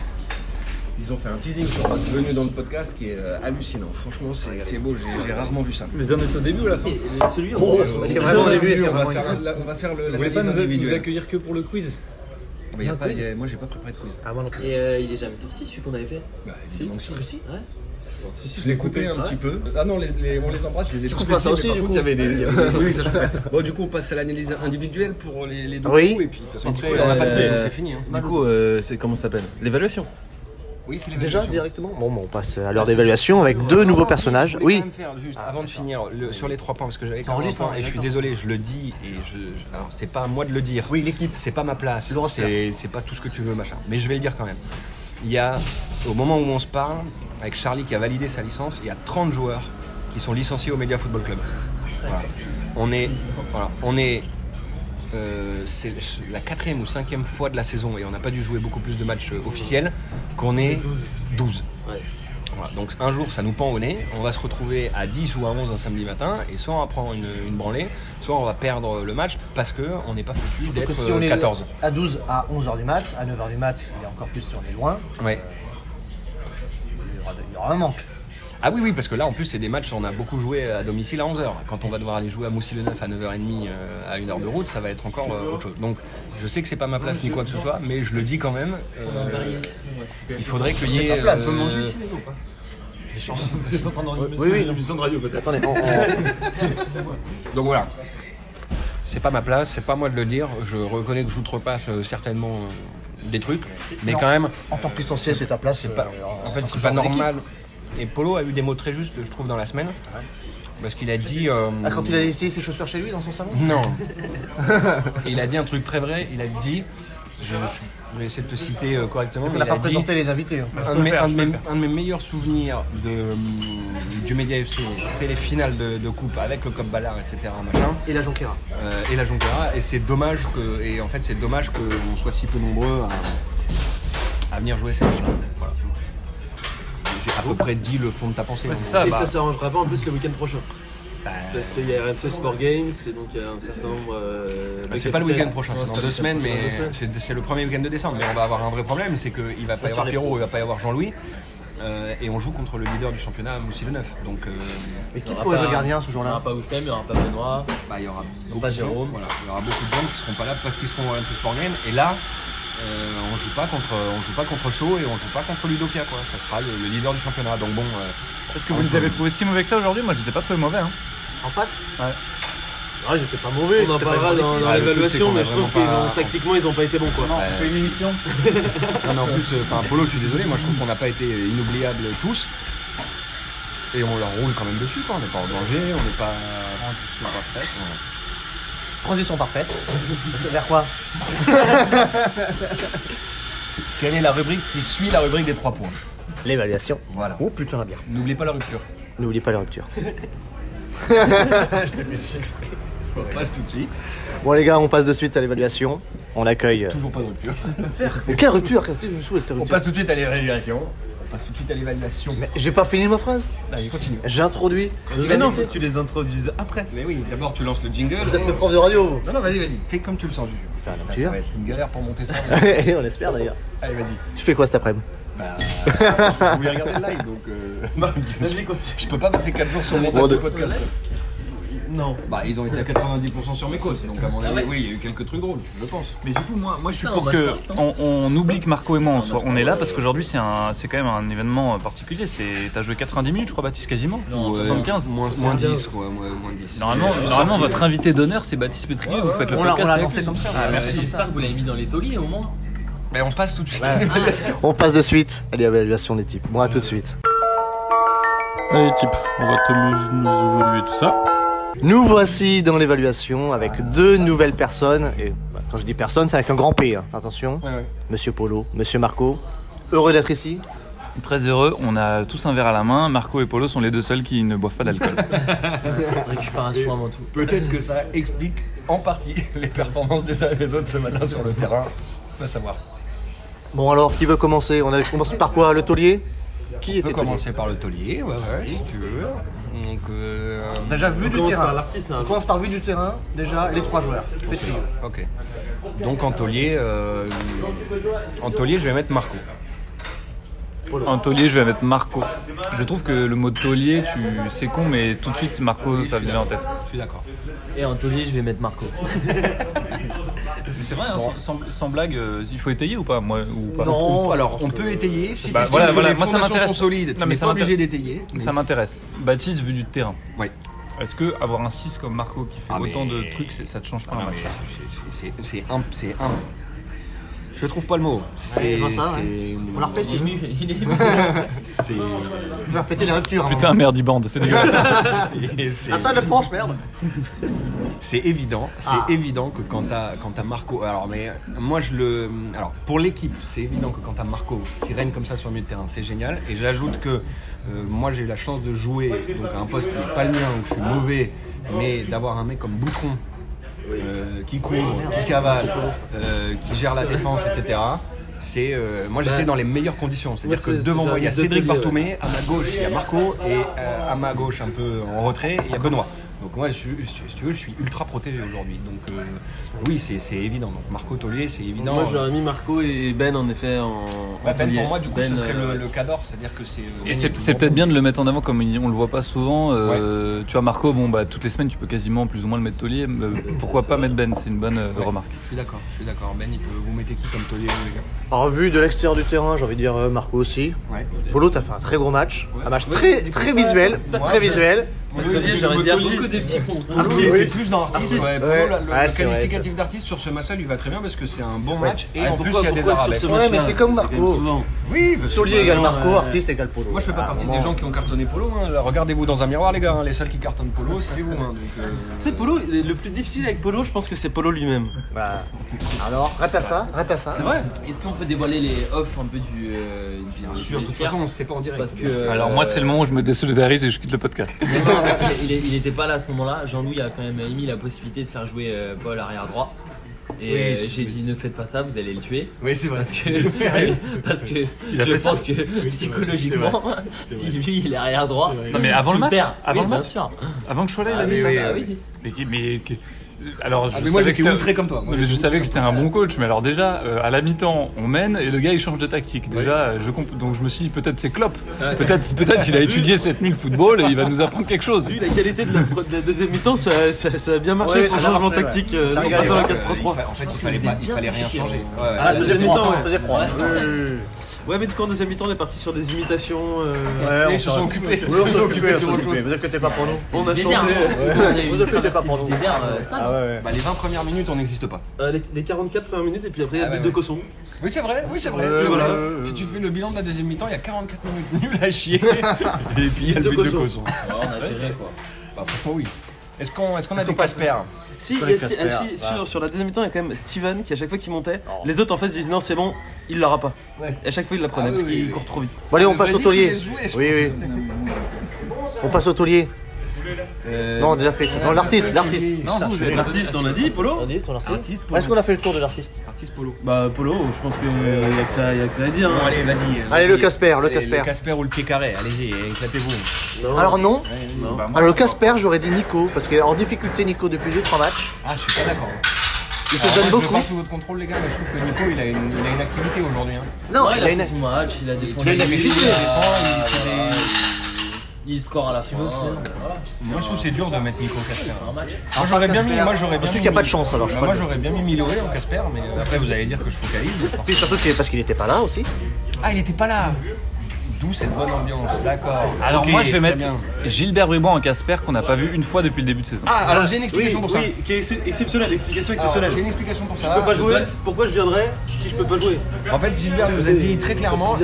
[SPEAKER 3] Ils ont fait un teasing sur votre venue dans le podcast qui est euh, hallucinant. Franchement, c'est c'est beau, j'ai- j'ai rarement vu ça.
[SPEAKER 9] Mais on est au début ou à la fin Celui
[SPEAKER 6] Oh,
[SPEAKER 8] Parce que vraiment au début, il y a
[SPEAKER 3] on va
[SPEAKER 8] vraiment une
[SPEAKER 3] faire,
[SPEAKER 8] phase.
[SPEAKER 3] la- on va faire le.
[SPEAKER 4] Vous voulez pas nous, nous accueillir que pour le quiz
[SPEAKER 3] Mais y a pas, y a- moi, j'ai pas préparé de quiz.
[SPEAKER 8] Ah, moi non plus.
[SPEAKER 10] Et euh, il est jamais sorti celui qu'on avait fait
[SPEAKER 3] Bah, évidemment que si.
[SPEAKER 10] Si, ouais.
[SPEAKER 3] Je l'ai coupé un petit peu. Ah non, les- les- on les embrasse, je les ai
[SPEAKER 8] Tu
[SPEAKER 3] tous
[SPEAKER 8] coupes pas ça
[SPEAKER 3] laissés,
[SPEAKER 8] aussi,
[SPEAKER 3] mais
[SPEAKER 8] du
[SPEAKER 3] par contre,
[SPEAKER 8] coup
[SPEAKER 3] il y avait des. il y avait des- oui, ça je comprends. Bon, du coup, on passe à l'analyse individuelle pour les, les deux
[SPEAKER 8] Oui.
[SPEAKER 3] coups, et puis de toute façon,
[SPEAKER 9] Après,
[SPEAKER 3] après, on n'a pas de
[SPEAKER 9] euh,
[SPEAKER 3] temps, donc c'est fini. hein.
[SPEAKER 8] bah,
[SPEAKER 9] Du
[SPEAKER 6] Oh,
[SPEAKER 9] coup, euh, c'est comment ça s'appelle L'évaluation.
[SPEAKER 3] Oui, c'est
[SPEAKER 8] Déjà directement Bon, bon, on passe à l'heure d'évaluation avec deux nouveaux personnages.
[SPEAKER 6] voulais
[SPEAKER 8] Oui. Ah,
[SPEAKER 6] quand même faire, juste avant de finir, le- sur les trois points, parce que j'avais
[SPEAKER 8] Ça
[SPEAKER 6] quand même un
[SPEAKER 8] enregistre,
[SPEAKER 6] point,
[SPEAKER 8] hein,
[SPEAKER 6] et je suis
[SPEAKER 8] d'accord.
[SPEAKER 6] désolé, je le dis, et je, je- alors c'est pas à moi de le dire. Oui, l'équipe. C'est pas ma place, c'est c'est pas tout ce que tu veux, machin. Mais je vais le dire quand même. Il y a, au moment où on se parle, avec Charlie qui a validé sa licence, il y a 30 joueurs qui sont licenciés au Media Football Club.
[SPEAKER 8] Ah,
[SPEAKER 6] Voilà. On est, voilà, on est euh, c'est la quatrième ou cinquième fois de la saison et on n'a pas dû jouer beaucoup plus de matchs euh, officiels qu'on est 12. Voilà, donc un jour ça nous pend au nez, on va se retrouver à 10 ou à 11 un samedi matin et soit on va prendre une, une branlée, soit on va perdre le match parce que on n'est pas foutu
[SPEAKER 8] Que
[SPEAKER 6] d'être
[SPEAKER 8] si on
[SPEAKER 6] euh,
[SPEAKER 8] est
[SPEAKER 6] 14.
[SPEAKER 8] à 12 à 11h du mat, à 9h du mat, il y a encore plus si on est loin,
[SPEAKER 6] Ouais.
[SPEAKER 8] il y aura, il y aura un manque.
[SPEAKER 6] Ah oui oui parce que là en plus c'est des matchs on a beaucoup joué à domicile à 11h. Quand on va devoir aller jouer à Moussy-le-Neuf à 9h30 euh, à 1h de route ça va être encore euh, autre chose. Donc je sais que c'est pas ma place ni quoi que ce soit mais je le dis quand même. euh, il faudrait qu'il y ait...
[SPEAKER 8] place.
[SPEAKER 6] euh,
[SPEAKER 8] Oui, oui. de radio peut-être. Attendez, on- on-
[SPEAKER 6] Donc voilà. C'est pas ma place, c'est pas moi de le dire. Je reconnais que je vous repasse euh, certainement euh, des trucs, mais quand même,
[SPEAKER 8] en tant que licencié, c'est ta place. Euh, C'est
[SPEAKER 6] pas- en fait, c'est pas normal. Et Polo a eu des mots très justes, je trouve, dans la semaine, parce qu'il a dit. euh,
[SPEAKER 8] Ah, quand il a essayé ses chaussures chez lui dans son salon
[SPEAKER 6] Non. il a dit un truc très vrai. Il a dit. Je, je vais essayer de te citer euh, correctement.
[SPEAKER 8] On
[SPEAKER 6] mais
[SPEAKER 8] n'a
[SPEAKER 6] il
[SPEAKER 8] pas
[SPEAKER 6] a dit,
[SPEAKER 8] présenté les invités. hein.
[SPEAKER 6] un de, mes, un de mes- un de mes meilleurs souvenirs de, euh, du Média FC, c'est les finales de, de coupe avec le Cop Ballard, etc. Machin.
[SPEAKER 8] Et la Jonquera.
[SPEAKER 6] Euh, et la Jonquera. Et c'est dommage que, et en fait, c'est dommage qu'on soit si peu nombreux à, à venir jouer ces matchs-là. Voilà. J'ai à peu près dit le fond de ta pensée.
[SPEAKER 9] c'est ça. bah,
[SPEAKER 6] Et
[SPEAKER 9] Et ça s'arrangera pas en plus le week-end prochain.
[SPEAKER 6] Bah.
[SPEAKER 9] Parce qu'il y a RMC Sport Games et donc il y a un certain nombre. euh, de
[SPEAKER 6] Ah, C'est pas le week-end
[SPEAKER 9] capitaines.
[SPEAKER 6] prochain,
[SPEAKER 9] Non,
[SPEAKER 6] c'est dans
[SPEAKER 9] pas le
[SPEAKER 6] deux semaines,
[SPEAKER 9] week-end
[SPEAKER 6] mais
[SPEAKER 9] prochain, dans
[SPEAKER 6] c'est
[SPEAKER 9] deux
[SPEAKER 6] c'est le premier week-end de décembre. Mais on va avoir un vrai problème, c'est qu'il
[SPEAKER 9] Ah,
[SPEAKER 6] va pas y avoir Pierrot, il va pas y avoir Jean-Louis, euh, et on joue contre le leader du championnat, Moussy le 9. Donc, euh,
[SPEAKER 8] Mais qui
[SPEAKER 10] Il y aura
[SPEAKER 8] pourrait
[SPEAKER 10] pas-
[SPEAKER 8] jouer gardien ce
[SPEAKER 10] Il n'y
[SPEAKER 8] jour-là
[SPEAKER 10] aura pas Oussem, il n'y aura pas Benoît.
[SPEAKER 6] bah, il y aura beaucoup
[SPEAKER 10] pas
[SPEAKER 6] de gens-
[SPEAKER 10] Jérôme.
[SPEAKER 6] voilà, il y aura beaucoup de gens qui seront pas là parce qu'ils seront au RMC Sport Game. Et là, euh, on joue pas contre, on joue pas contre Sceaux et on joue pas contre Ludopia, quoi. Ça sera le, le leader du championnat. Donc bon. euh,
[SPEAKER 11] Est-ce que vous les avez trouvés si mauvais que ça aujourd'hui Moi, je les ai pas trouvés mauvais. Hein.
[SPEAKER 8] En face
[SPEAKER 10] Ah, j'étais pas mauvais. On en parlera dans, dans
[SPEAKER 6] Ah, le truc, c'est
[SPEAKER 10] l'évaluation,
[SPEAKER 6] qu'on a
[SPEAKER 10] mais je trouve qu'ils
[SPEAKER 6] vraiment
[SPEAKER 10] ont
[SPEAKER 6] pas-
[SPEAKER 10] tactiquement, ils ont pas été bons quoi.
[SPEAKER 11] On fait une émission.
[SPEAKER 6] Non, mais en plus, euh, enfin, Polo, je suis désolé, moi je trouve qu'on n'a pas été inoubliables tous. Et on leur roule quand même dessus, quoi. On n'est pas en danger, on n'est pas. Transition parfaite.
[SPEAKER 8] Transition parfaite. Vers quoi
[SPEAKER 6] Quelle est la rubrique qui suit la rubrique des trois points
[SPEAKER 8] L'évaluation.
[SPEAKER 6] Voilà.
[SPEAKER 8] Oh putain, la bière.
[SPEAKER 6] N'oubliez pas la rupture.
[SPEAKER 8] N'oubliez pas la rupture.
[SPEAKER 6] On passe tout de suite.
[SPEAKER 8] Bon, les gars, on passe de suite à l'évaluation. On accueille. euh,
[SPEAKER 6] Toujours pas de rupture.
[SPEAKER 8] Quelle rupture Qu'est-ce que Je me saoule de ta
[SPEAKER 6] On
[SPEAKER 8] rupture.
[SPEAKER 6] passe tout de suite à l'évaluation. On passe tout de suite à l'évaluation. Mais...
[SPEAKER 8] J'ai pas fini ma phrase
[SPEAKER 6] Allez, continue.
[SPEAKER 8] J'introduis.
[SPEAKER 9] Mais non, faut que tu les introduises après.
[SPEAKER 6] Mais oui, d'abord tu lances le jingle.
[SPEAKER 8] Vous êtes le prof de radio, vous
[SPEAKER 6] Non, non, vas-y, vas-y. Fais comme tu le sens, Juju.
[SPEAKER 8] Faire la
[SPEAKER 6] Putain,
[SPEAKER 8] rupture.
[SPEAKER 6] Ça va être une galère pour monter ça.
[SPEAKER 8] Et on l'espère d'ailleurs.
[SPEAKER 6] Allez, vas-y.
[SPEAKER 8] Tu fais quoi cet après-midi
[SPEAKER 6] Bah, je voulais regarder le live, donc. euh,
[SPEAKER 9] Vas-y, continue.
[SPEAKER 6] Je peux pas passer 4 jours sur mon
[SPEAKER 8] Bon,
[SPEAKER 6] montage de
[SPEAKER 8] de-
[SPEAKER 6] podcast.
[SPEAKER 9] Non.
[SPEAKER 6] Bah, ils ont été à 90% sur mes causes, donc à mon avis, oui, il y a eu quelques trucs drôles, je pense.
[SPEAKER 11] Mais du coup, moi, moi je suis pour que on, on oublie que Marco et moi on, soit, on est là parce qu'aujourd'hui c'est un, c'est quand même un événement euh, particulier. C'est, t'as joué 90 minutes, je crois, Baptiste, quasiment.
[SPEAKER 6] Ouais,
[SPEAKER 11] 75.
[SPEAKER 6] Moins, moins 10, quoi, moins, moins 10.
[SPEAKER 11] Normalement,
[SPEAKER 6] J'ai-
[SPEAKER 11] normalement votre invité d'honneur c'est Baptiste Pétrier. vous faites le
[SPEAKER 8] On l'a
[SPEAKER 11] podcast.
[SPEAKER 8] on l'a
[SPEAKER 11] avec
[SPEAKER 8] lancé
[SPEAKER 11] lui.
[SPEAKER 8] comme ça.
[SPEAKER 11] Ah, merci.
[SPEAKER 10] J'espère que vous l'avez mis dans les tauliers au moins.
[SPEAKER 6] Mais on passe tout de suite.
[SPEAKER 8] On passe de suite à l'évaluation des types. Bon, à tout de suite.
[SPEAKER 7] Allez, type, on va te nous, nous évoluer tout ça.
[SPEAKER 8] Nous voici dans l'évaluation
[SPEAKER 6] Ah,
[SPEAKER 8] avec deux nouvelles personnes. Et bah, quand je dis personne, c'est avec un grand P. hein. Attention. Monsieur Polo, Monsieur Marco. Heureux d'être ici.
[SPEAKER 11] Très heureux. On a tous un verre à la main. Marco et Polo sont les deux seuls qui ne boivent pas d'alcool.
[SPEAKER 10] On récupère un soin avant tout.
[SPEAKER 6] Peut-être que ça explique en partie les performances des uns et des autres ce matin sur le terrain. On va savoir.
[SPEAKER 8] Bon, alors, qui veut commencer On a commencé par quoi Le taulier Qui
[SPEAKER 6] On
[SPEAKER 8] était
[SPEAKER 6] peut
[SPEAKER 8] taulier
[SPEAKER 6] commencer par le taulier, ouais, ouais, si tu veux. Donc, euh,
[SPEAKER 8] Déjà, vue du
[SPEAKER 10] Commence par
[SPEAKER 8] terrain.
[SPEAKER 10] l'artiste, non
[SPEAKER 8] On commence par vue du terrain. Déjà, les trois joueurs. Pétrieux.
[SPEAKER 6] ok. Donc, en taulier, euh, en taulier, je vais mettre Marco.
[SPEAKER 11] En taulier, je vais mettre Marco. Je trouve que le mot taulier, tu... c'est con, mais tout de suite, Marco, ça me vient en tête.
[SPEAKER 6] Je suis d'accord.
[SPEAKER 10] Et en taulier, je vais mettre Marco.
[SPEAKER 11] Mais c'est vrai, hein, sans, sans- sans blague, euh, il faut étayer ou pas, moi, ou pas
[SPEAKER 6] Non, alors on peut étayer si
[SPEAKER 11] Oh. Bah,
[SPEAKER 6] t'estimes
[SPEAKER 11] voilà,
[SPEAKER 6] que
[SPEAKER 11] voilà,
[SPEAKER 6] les
[SPEAKER 11] moi, ça
[SPEAKER 6] fondations
[SPEAKER 11] m'intéresse.
[SPEAKER 6] sont solides.
[SPEAKER 11] Non,
[SPEAKER 6] Tu
[SPEAKER 11] mais
[SPEAKER 6] n'es
[SPEAKER 11] ça
[SPEAKER 6] pas obligé
[SPEAKER 11] m'intéresse.
[SPEAKER 6] d'étayer.
[SPEAKER 11] Ça
[SPEAKER 6] mais-
[SPEAKER 11] m'intéresse. Baptiste, vu du terrain.
[SPEAKER 6] Oui.
[SPEAKER 11] Est-ce que avoir un 6 comme Marco qui fait
[SPEAKER 6] Ah, mais-
[SPEAKER 11] autant de trucs, c'est- ça te change pas
[SPEAKER 6] Ah,
[SPEAKER 11] un
[SPEAKER 6] non,
[SPEAKER 11] match
[SPEAKER 6] mais c'est- c'est- c'est- C'est un, c'est un. Je trouve pas le mot. C'est.
[SPEAKER 8] Vincent, ouais.
[SPEAKER 6] c'est-
[SPEAKER 8] On la
[SPEAKER 10] Il
[SPEAKER 8] refait,
[SPEAKER 10] est
[SPEAKER 8] c'était
[SPEAKER 10] ému, il est ému.
[SPEAKER 6] C'est.
[SPEAKER 8] Faut faire péter les ruptures. hein.
[SPEAKER 11] Putain, merde, bande, c'est dégueulasse.
[SPEAKER 6] c'est- c'est-
[SPEAKER 8] Attends, le planche, merde.
[SPEAKER 6] C'est évident, c'est
[SPEAKER 8] Ah.
[SPEAKER 6] évident que quand t'as quand t'as Marco, euh, alors mais moi je le, alors pour l'équipe, c'est évident que quand t'as Marco qui règne comme ça sur le milieu de terrain, c'est génial. Et j'ajoute que euh, moi j'ai eu la chance de jouer donc à un poste qui n'est pas le mien où je suis mauvais, mais d'avoir un mec comme Boutron euh, qui court, qui cavale, euh, qui gère la défense, etc. C'est euh, moi j'étais
[SPEAKER 9] Bah,
[SPEAKER 6] dans les meilleures conditions, c'est-à-dire
[SPEAKER 9] moi,
[SPEAKER 6] que
[SPEAKER 9] c'est-
[SPEAKER 6] devant
[SPEAKER 9] c'est
[SPEAKER 6] moi il y a
[SPEAKER 9] un des deux
[SPEAKER 6] Cédric
[SPEAKER 9] piliers, ouais.
[SPEAKER 6] Bartoumé, à ma gauche, il y a Marco et euh, à ma gauche, un peu en retrait, il y a Benoît. Donc moi, je suis, si tu- si tu veux, je suis ultra protégé aujourd'hui. Donc euh, oui, c'est c'est évident. Donc Marco Taulier, c'est évident.
[SPEAKER 9] Moi, j'aurais mis Marco et Ben en effet en.
[SPEAKER 6] Bah,
[SPEAKER 9] en
[SPEAKER 6] Ben,
[SPEAKER 9] taulier.
[SPEAKER 6] pour moi, du coup,
[SPEAKER 9] Ben,
[SPEAKER 6] ce serait
[SPEAKER 9] euh,
[SPEAKER 6] le, le cador, c'est-à-dire que c'est. euh,
[SPEAKER 11] Et c'est c'est peut-être bien de le mettre en avant comme il- on le voit pas souvent. euh, Tu vois, Marco, bon, bah, toutes les semaines, tu peux quasiment plus ou moins le mettre taulier. mais Pourquoi pas mettre Ben C'est une bonne euh, remarque.
[SPEAKER 6] Je suis d'accord, je suis d'accord. Ben, il peut- vous mettez qui comme Taulier, les gars
[SPEAKER 8] Alors, vu de l'extérieur du terrain, j'ai envie de dire euh, Marco aussi.
[SPEAKER 6] Ouais.
[SPEAKER 8] Polo, t'as fait un très gros match.
[SPEAKER 6] Ouais.
[SPEAKER 8] Un match
[SPEAKER 6] Ouais,
[SPEAKER 8] très,
[SPEAKER 6] du coup,
[SPEAKER 8] très visuel.
[SPEAKER 6] ouais.
[SPEAKER 8] Très visuel.
[SPEAKER 9] taulier, j'aurais dit
[SPEAKER 10] Que des petits
[SPEAKER 9] artiste.
[SPEAKER 10] ponts.
[SPEAKER 6] Artiste,
[SPEAKER 8] oui.
[SPEAKER 6] c'est plus dans artiste.
[SPEAKER 8] Artiste.
[SPEAKER 6] Ouais, Polo,
[SPEAKER 8] Ouais.
[SPEAKER 6] la- le,
[SPEAKER 8] Ouais,
[SPEAKER 6] le
[SPEAKER 8] c'est vrai,
[SPEAKER 6] qualificatif d'artiste sur ce match-là lui va très bien parce que c'est un bon
[SPEAKER 8] Ouais.
[SPEAKER 6] match. Et
[SPEAKER 9] Ah,
[SPEAKER 6] en plus,
[SPEAKER 9] pourquoi-
[SPEAKER 6] il y a des
[SPEAKER 9] pourquoi
[SPEAKER 6] arabes.
[SPEAKER 9] sur ce
[SPEAKER 8] Ouais,
[SPEAKER 9] match-là
[SPEAKER 8] mais c'est comme
[SPEAKER 9] quand même
[SPEAKER 8] Marco.
[SPEAKER 9] souvent.
[SPEAKER 6] Oui, parce que-
[SPEAKER 8] Taulier égale Marco,
[SPEAKER 9] ouais.
[SPEAKER 8] artiste égale Polo.
[SPEAKER 6] Moi, je fais pas
[SPEAKER 8] Ah,
[SPEAKER 6] partie
[SPEAKER 8] bon.
[SPEAKER 6] des gens qui ont cartonné Polo. hein. Alors, Regardez-vous dans un miroir, les gars. hein. Les seuls qui cartonnent Polo, c'est vous. hein. Donc, euh,
[SPEAKER 9] Tu sais, Polo, le plus difficile avec Polo, je pense que c'est Polo lui-même.
[SPEAKER 8] Bah, Alors, répète ça, répète ça.
[SPEAKER 9] C'est vrai
[SPEAKER 10] Est-ce qu'on peut dévoiler les offs un peu du. euh, du-
[SPEAKER 6] Bien
[SPEAKER 10] du
[SPEAKER 6] sûr, de toute
[SPEAKER 10] vestiaire
[SPEAKER 6] façon, on se sait pas en direct. euh,
[SPEAKER 10] Parce que. euh,
[SPEAKER 11] Alors, moi, c'est le moment où je me désolidarise et je quitte le podcast.
[SPEAKER 10] Non, non, parce qu'il est- il, est- il était pas là à ce moment-là. Jean-Louis a quand même euh, émis la possibilité de faire jouer euh, Paul arrière droit. Et
[SPEAKER 6] Oui,
[SPEAKER 10] euh,
[SPEAKER 6] c'est-
[SPEAKER 10] j'ai dit ne faites pas ça, vous allez le tuer.
[SPEAKER 6] Oui, c'est vrai.
[SPEAKER 10] Parce que, sérieux, parce que
[SPEAKER 11] Il a
[SPEAKER 10] je
[SPEAKER 11] fait ça.
[SPEAKER 10] pense que psychologiquement, si lui il est arrière droit,
[SPEAKER 11] Non, mais avant
[SPEAKER 10] tu
[SPEAKER 11] le match,
[SPEAKER 10] perds.
[SPEAKER 11] avant
[SPEAKER 10] Oui,
[SPEAKER 11] le
[SPEAKER 10] bien
[SPEAKER 11] match.
[SPEAKER 10] sûr.
[SPEAKER 11] Avant que je sois là, il a
[SPEAKER 10] Ah,
[SPEAKER 11] mis
[SPEAKER 10] oui,
[SPEAKER 11] ça.
[SPEAKER 10] bah oui.
[SPEAKER 11] Mais, qui- mais qui- alors, je
[SPEAKER 6] Ah, mais moi,
[SPEAKER 11] savais
[SPEAKER 6] j'étais
[SPEAKER 11] que c'était-
[SPEAKER 6] outré comme toi. Moi,
[SPEAKER 11] Non, mais je
[SPEAKER 6] j'étais
[SPEAKER 11] savais que c'était un bon coach, mais alors déjà, euh, à la mi-temps, on mène et le gars il change de tactique. Déjà, euh, je comp- donc je me suis dit peut-être c'est Klopp, peut-être peut-être il a étudié cette nuit le football et il va nous apprendre quelque chose.
[SPEAKER 9] Vu la qualité de la, de la deuxième mi-temps, ça, ça- ça a bien marché
[SPEAKER 8] Ouais,
[SPEAKER 9] son
[SPEAKER 8] ça a
[SPEAKER 9] changement
[SPEAKER 8] marché, ouais.
[SPEAKER 9] tactique, euh,
[SPEAKER 8] Ça a
[SPEAKER 9] son
[SPEAKER 8] régalé,
[SPEAKER 9] passage en
[SPEAKER 6] Euh,
[SPEAKER 9] 4-3-3.
[SPEAKER 6] il fa- En fait, il
[SPEAKER 10] que
[SPEAKER 6] fallait,
[SPEAKER 10] vous
[SPEAKER 6] pas-
[SPEAKER 10] êtes
[SPEAKER 6] il
[SPEAKER 10] bien
[SPEAKER 6] fallait
[SPEAKER 10] fait
[SPEAKER 6] rien
[SPEAKER 10] chier,
[SPEAKER 6] changer.
[SPEAKER 10] hein.
[SPEAKER 6] Ouais, ouais,
[SPEAKER 8] Ah, la
[SPEAKER 6] la
[SPEAKER 8] deuxième
[SPEAKER 6] deuxième
[SPEAKER 8] mi-temps,
[SPEAKER 6] mi-temps,
[SPEAKER 8] ouais, faisait froid.
[SPEAKER 10] Ouais, attends.
[SPEAKER 8] Euh,
[SPEAKER 9] Ouais, mais du coup, en deuxième mi-temps, on est parti sur des imitations. euh,
[SPEAKER 8] ouais,
[SPEAKER 6] Ils
[SPEAKER 8] on
[SPEAKER 6] se
[SPEAKER 8] s'en-
[SPEAKER 6] sont occupés.
[SPEAKER 8] Oui, on s'est occupé, on
[SPEAKER 6] sur
[SPEAKER 8] s'en
[SPEAKER 6] autre
[SPEAKER 8] occupé. Vous inquiétez pas pour nous.
[SPEAKER 9] On a
[SPEAKER 10] Le désert,
[SPEAKER 9] chanté.
[SPEAKER 10] genre. On a eu
[SPEAKER 8] Vous inquiétez
[SPEAKER 10] traversée
[SPEAKER 8] pas pour
[SPEAKER 10] du
[SPEAKER 8] nous.
[SPEAKER 10] désert, euh, ça,
[SPEAKER 8] Ah ouais, ouais.
[SPEAKER 6] Bah, les 20 premières minutes, on n'existe pas.
[SPEAKER 9] euh, les, les 44 premières minutes, et puis après, il y
[SPEAKER 6] Ah,
[SPEAKER 9] a
[SPEAKER 6] ouais,
[SPEAKER 9] deux
[SPEAKER 6] ouais.
[SPEAKER 9] cossons.
[SPEAKER 6] Oui, c'est vrai, oui, c'est vrai.
[SPEAKER 8] Euh,
[SPEAKER 6] Et voilà.
[SPEAKER 8] euh,
[SPEAKER 6] si tu fais le bilan de la deuxième mi-temps, il y a 44 minutes nulles à chier. Et puis, il y a le
[SPEAKER 9] Deux
[SPEAKER 6] but de
[SPEAKER 9] cossons.
[SPEAKER 6] Cosson.
[SPEAKER 10] Ouais, on a géré quoi.
[SPEAKER 6] Bah, franchement, oui. Est-ce qu'on est qu'on a des Casper
[SPEAKER 9] Si,
[SPEAKER 8] Colin
[SPEAKER 9] il y a Sti-
[SPEAKER 8] Casper,
[SPEAKER 9] ah, si,
[SPEAKER 8] voilà.
[SPEAKER 9] sur, sur la deuxième mi-temps, il y a quand même Steven qui, à chaque fois qu'il montait, les autres en face disent non, c'est bon, il l'aura pas.
[SPEAKER 6] Ouais.
[SPEAKER 9] Et à chaque fois, il la prenait
[SPEAKER 6] Ah, oui,
[SPEAKER 9] parce
[SPEAKER 6] oui,
[SPEAKER 9] qu'il
[SPEAKER 6] oui.
[SPEAKER 9] court trop vite.
[SPEAKER 8] Bon, allez, on passe au taulier. Oui, oui. On passe au taulier. Non, on a déjà fait ça. Non, l'artiste, l'artiste.
[SPEAKER 11] Non, vous, vous êtes là.
[SPEAKER 9] L'artiste, on a dit, Polo
[SPEAKER 8] L'artiste, on l'a refait.
[SPEAKER 6] Artiste Polo.
[SPEAKER 8] Est-ce qu'on a fait le tour de l'artiste
[SPEAKER 6] Artiste Polo.
[SPEAKER 9] Bah, Polo, je pense qu'il n'y a, que ça- y a que ça à dire. hein.
[SPEAKER 6] Bon, allez, vas-y. vas-y.
[SPEAKER 8] Allez, le Casper, le
[SPEAKER 6] Allez,
[SPEAKER 8] Casper.
[SPEAKER 6] Le Casper ou le pied carré, allez-y, éclatez-vous.
[SPEAKER 8] Alors non,
[SPEAKER 9] Non.
[SPEAKER 8] alors le Casper, j'aurais dit Nico, parce qu'il est en difficulté Nico depuis les trois matchs.
[SPEAKER 6] Ah, je suis pas d'accord.
[SPEAKER 8] Il se
[SPEAKER 6] Alors,
[SPEAKER 8] donne
[SPEAKER 6] moi, Je
[SPEAKER 8] beaucoup.
[SPEAKER 6] vais pas sous votre contrôle, les gars, mais je trouve que Nico, il a une, il a une activité aujourd'hui. hein.
[SPEAKER 8] Non,
[SPEAKER 10] Ouais,
[SPEAKER 8] il a
[SPEAKER 10] fait
[SPEAKER 8] une...
[SPEAKER 10] son match, il a défendu.
[SPEAKER 8] il a une
[SPEAKER 10] il,
[SPEAKER 8] activité.
[SPEAKER 10] a- il score à la fin. Voilà,
[SPEAKER 6] Moi, je trouve que c'est dur de mettre Nico Casper.
[SPEAKER 10] un match.
[SPEAKER 6] Moi, j'aurais bien mis. Moi, j'aurais bien.
[SPEAKER 8] Celui
[SPEAKER 6] mis-
[SPEAKER 8] qui a pas de chance, alors, je
[SPEAKER 6] Bah,
[SPEAKER 8] sais
[SPEAKER 6] moi,
[SPEAKER 8] pas.
[SPEAKER 6] j'aurais bien mis Miloré en Casper, mais euh, après, vous allez dire que je focalise. mais forcément.
[SPEAKER 8] Puis surtout que- parce qu'il n'était pas là aussi.
[SPEAKER 6] Ah, il était pas là. D'où cette bonne ambiance, d'accord.
[SPEAKER 11] Alors
[SPEAKER 6] Ok,
[SPEAKER 11] moi je vais
[SPEAKER 6] très
[SPEAKER 11] mettre
[SPEAKER 6] bien.
[SPEAKER 11] Gilbert Bribois en Casper qu'on n'a pas vu une fois depuis le début de saison.
[SPEAKER 6] Ah, alors j'ai une explication pour ça.
[SPEAKER 9] Oui, qui est ex- exceptionnelle, explication
[SPEAKER 6] Alors,
[SPEAKER 9] exceptionnelle.
[SPEAKER 6] J'ai une explication pour ça.
[SPEAKER 9] Je peux pas jouer, pourquoi je viendrais si je peux pas jouer
[SPEAKER 6] En fait, Gilbert nous a dit très clairement.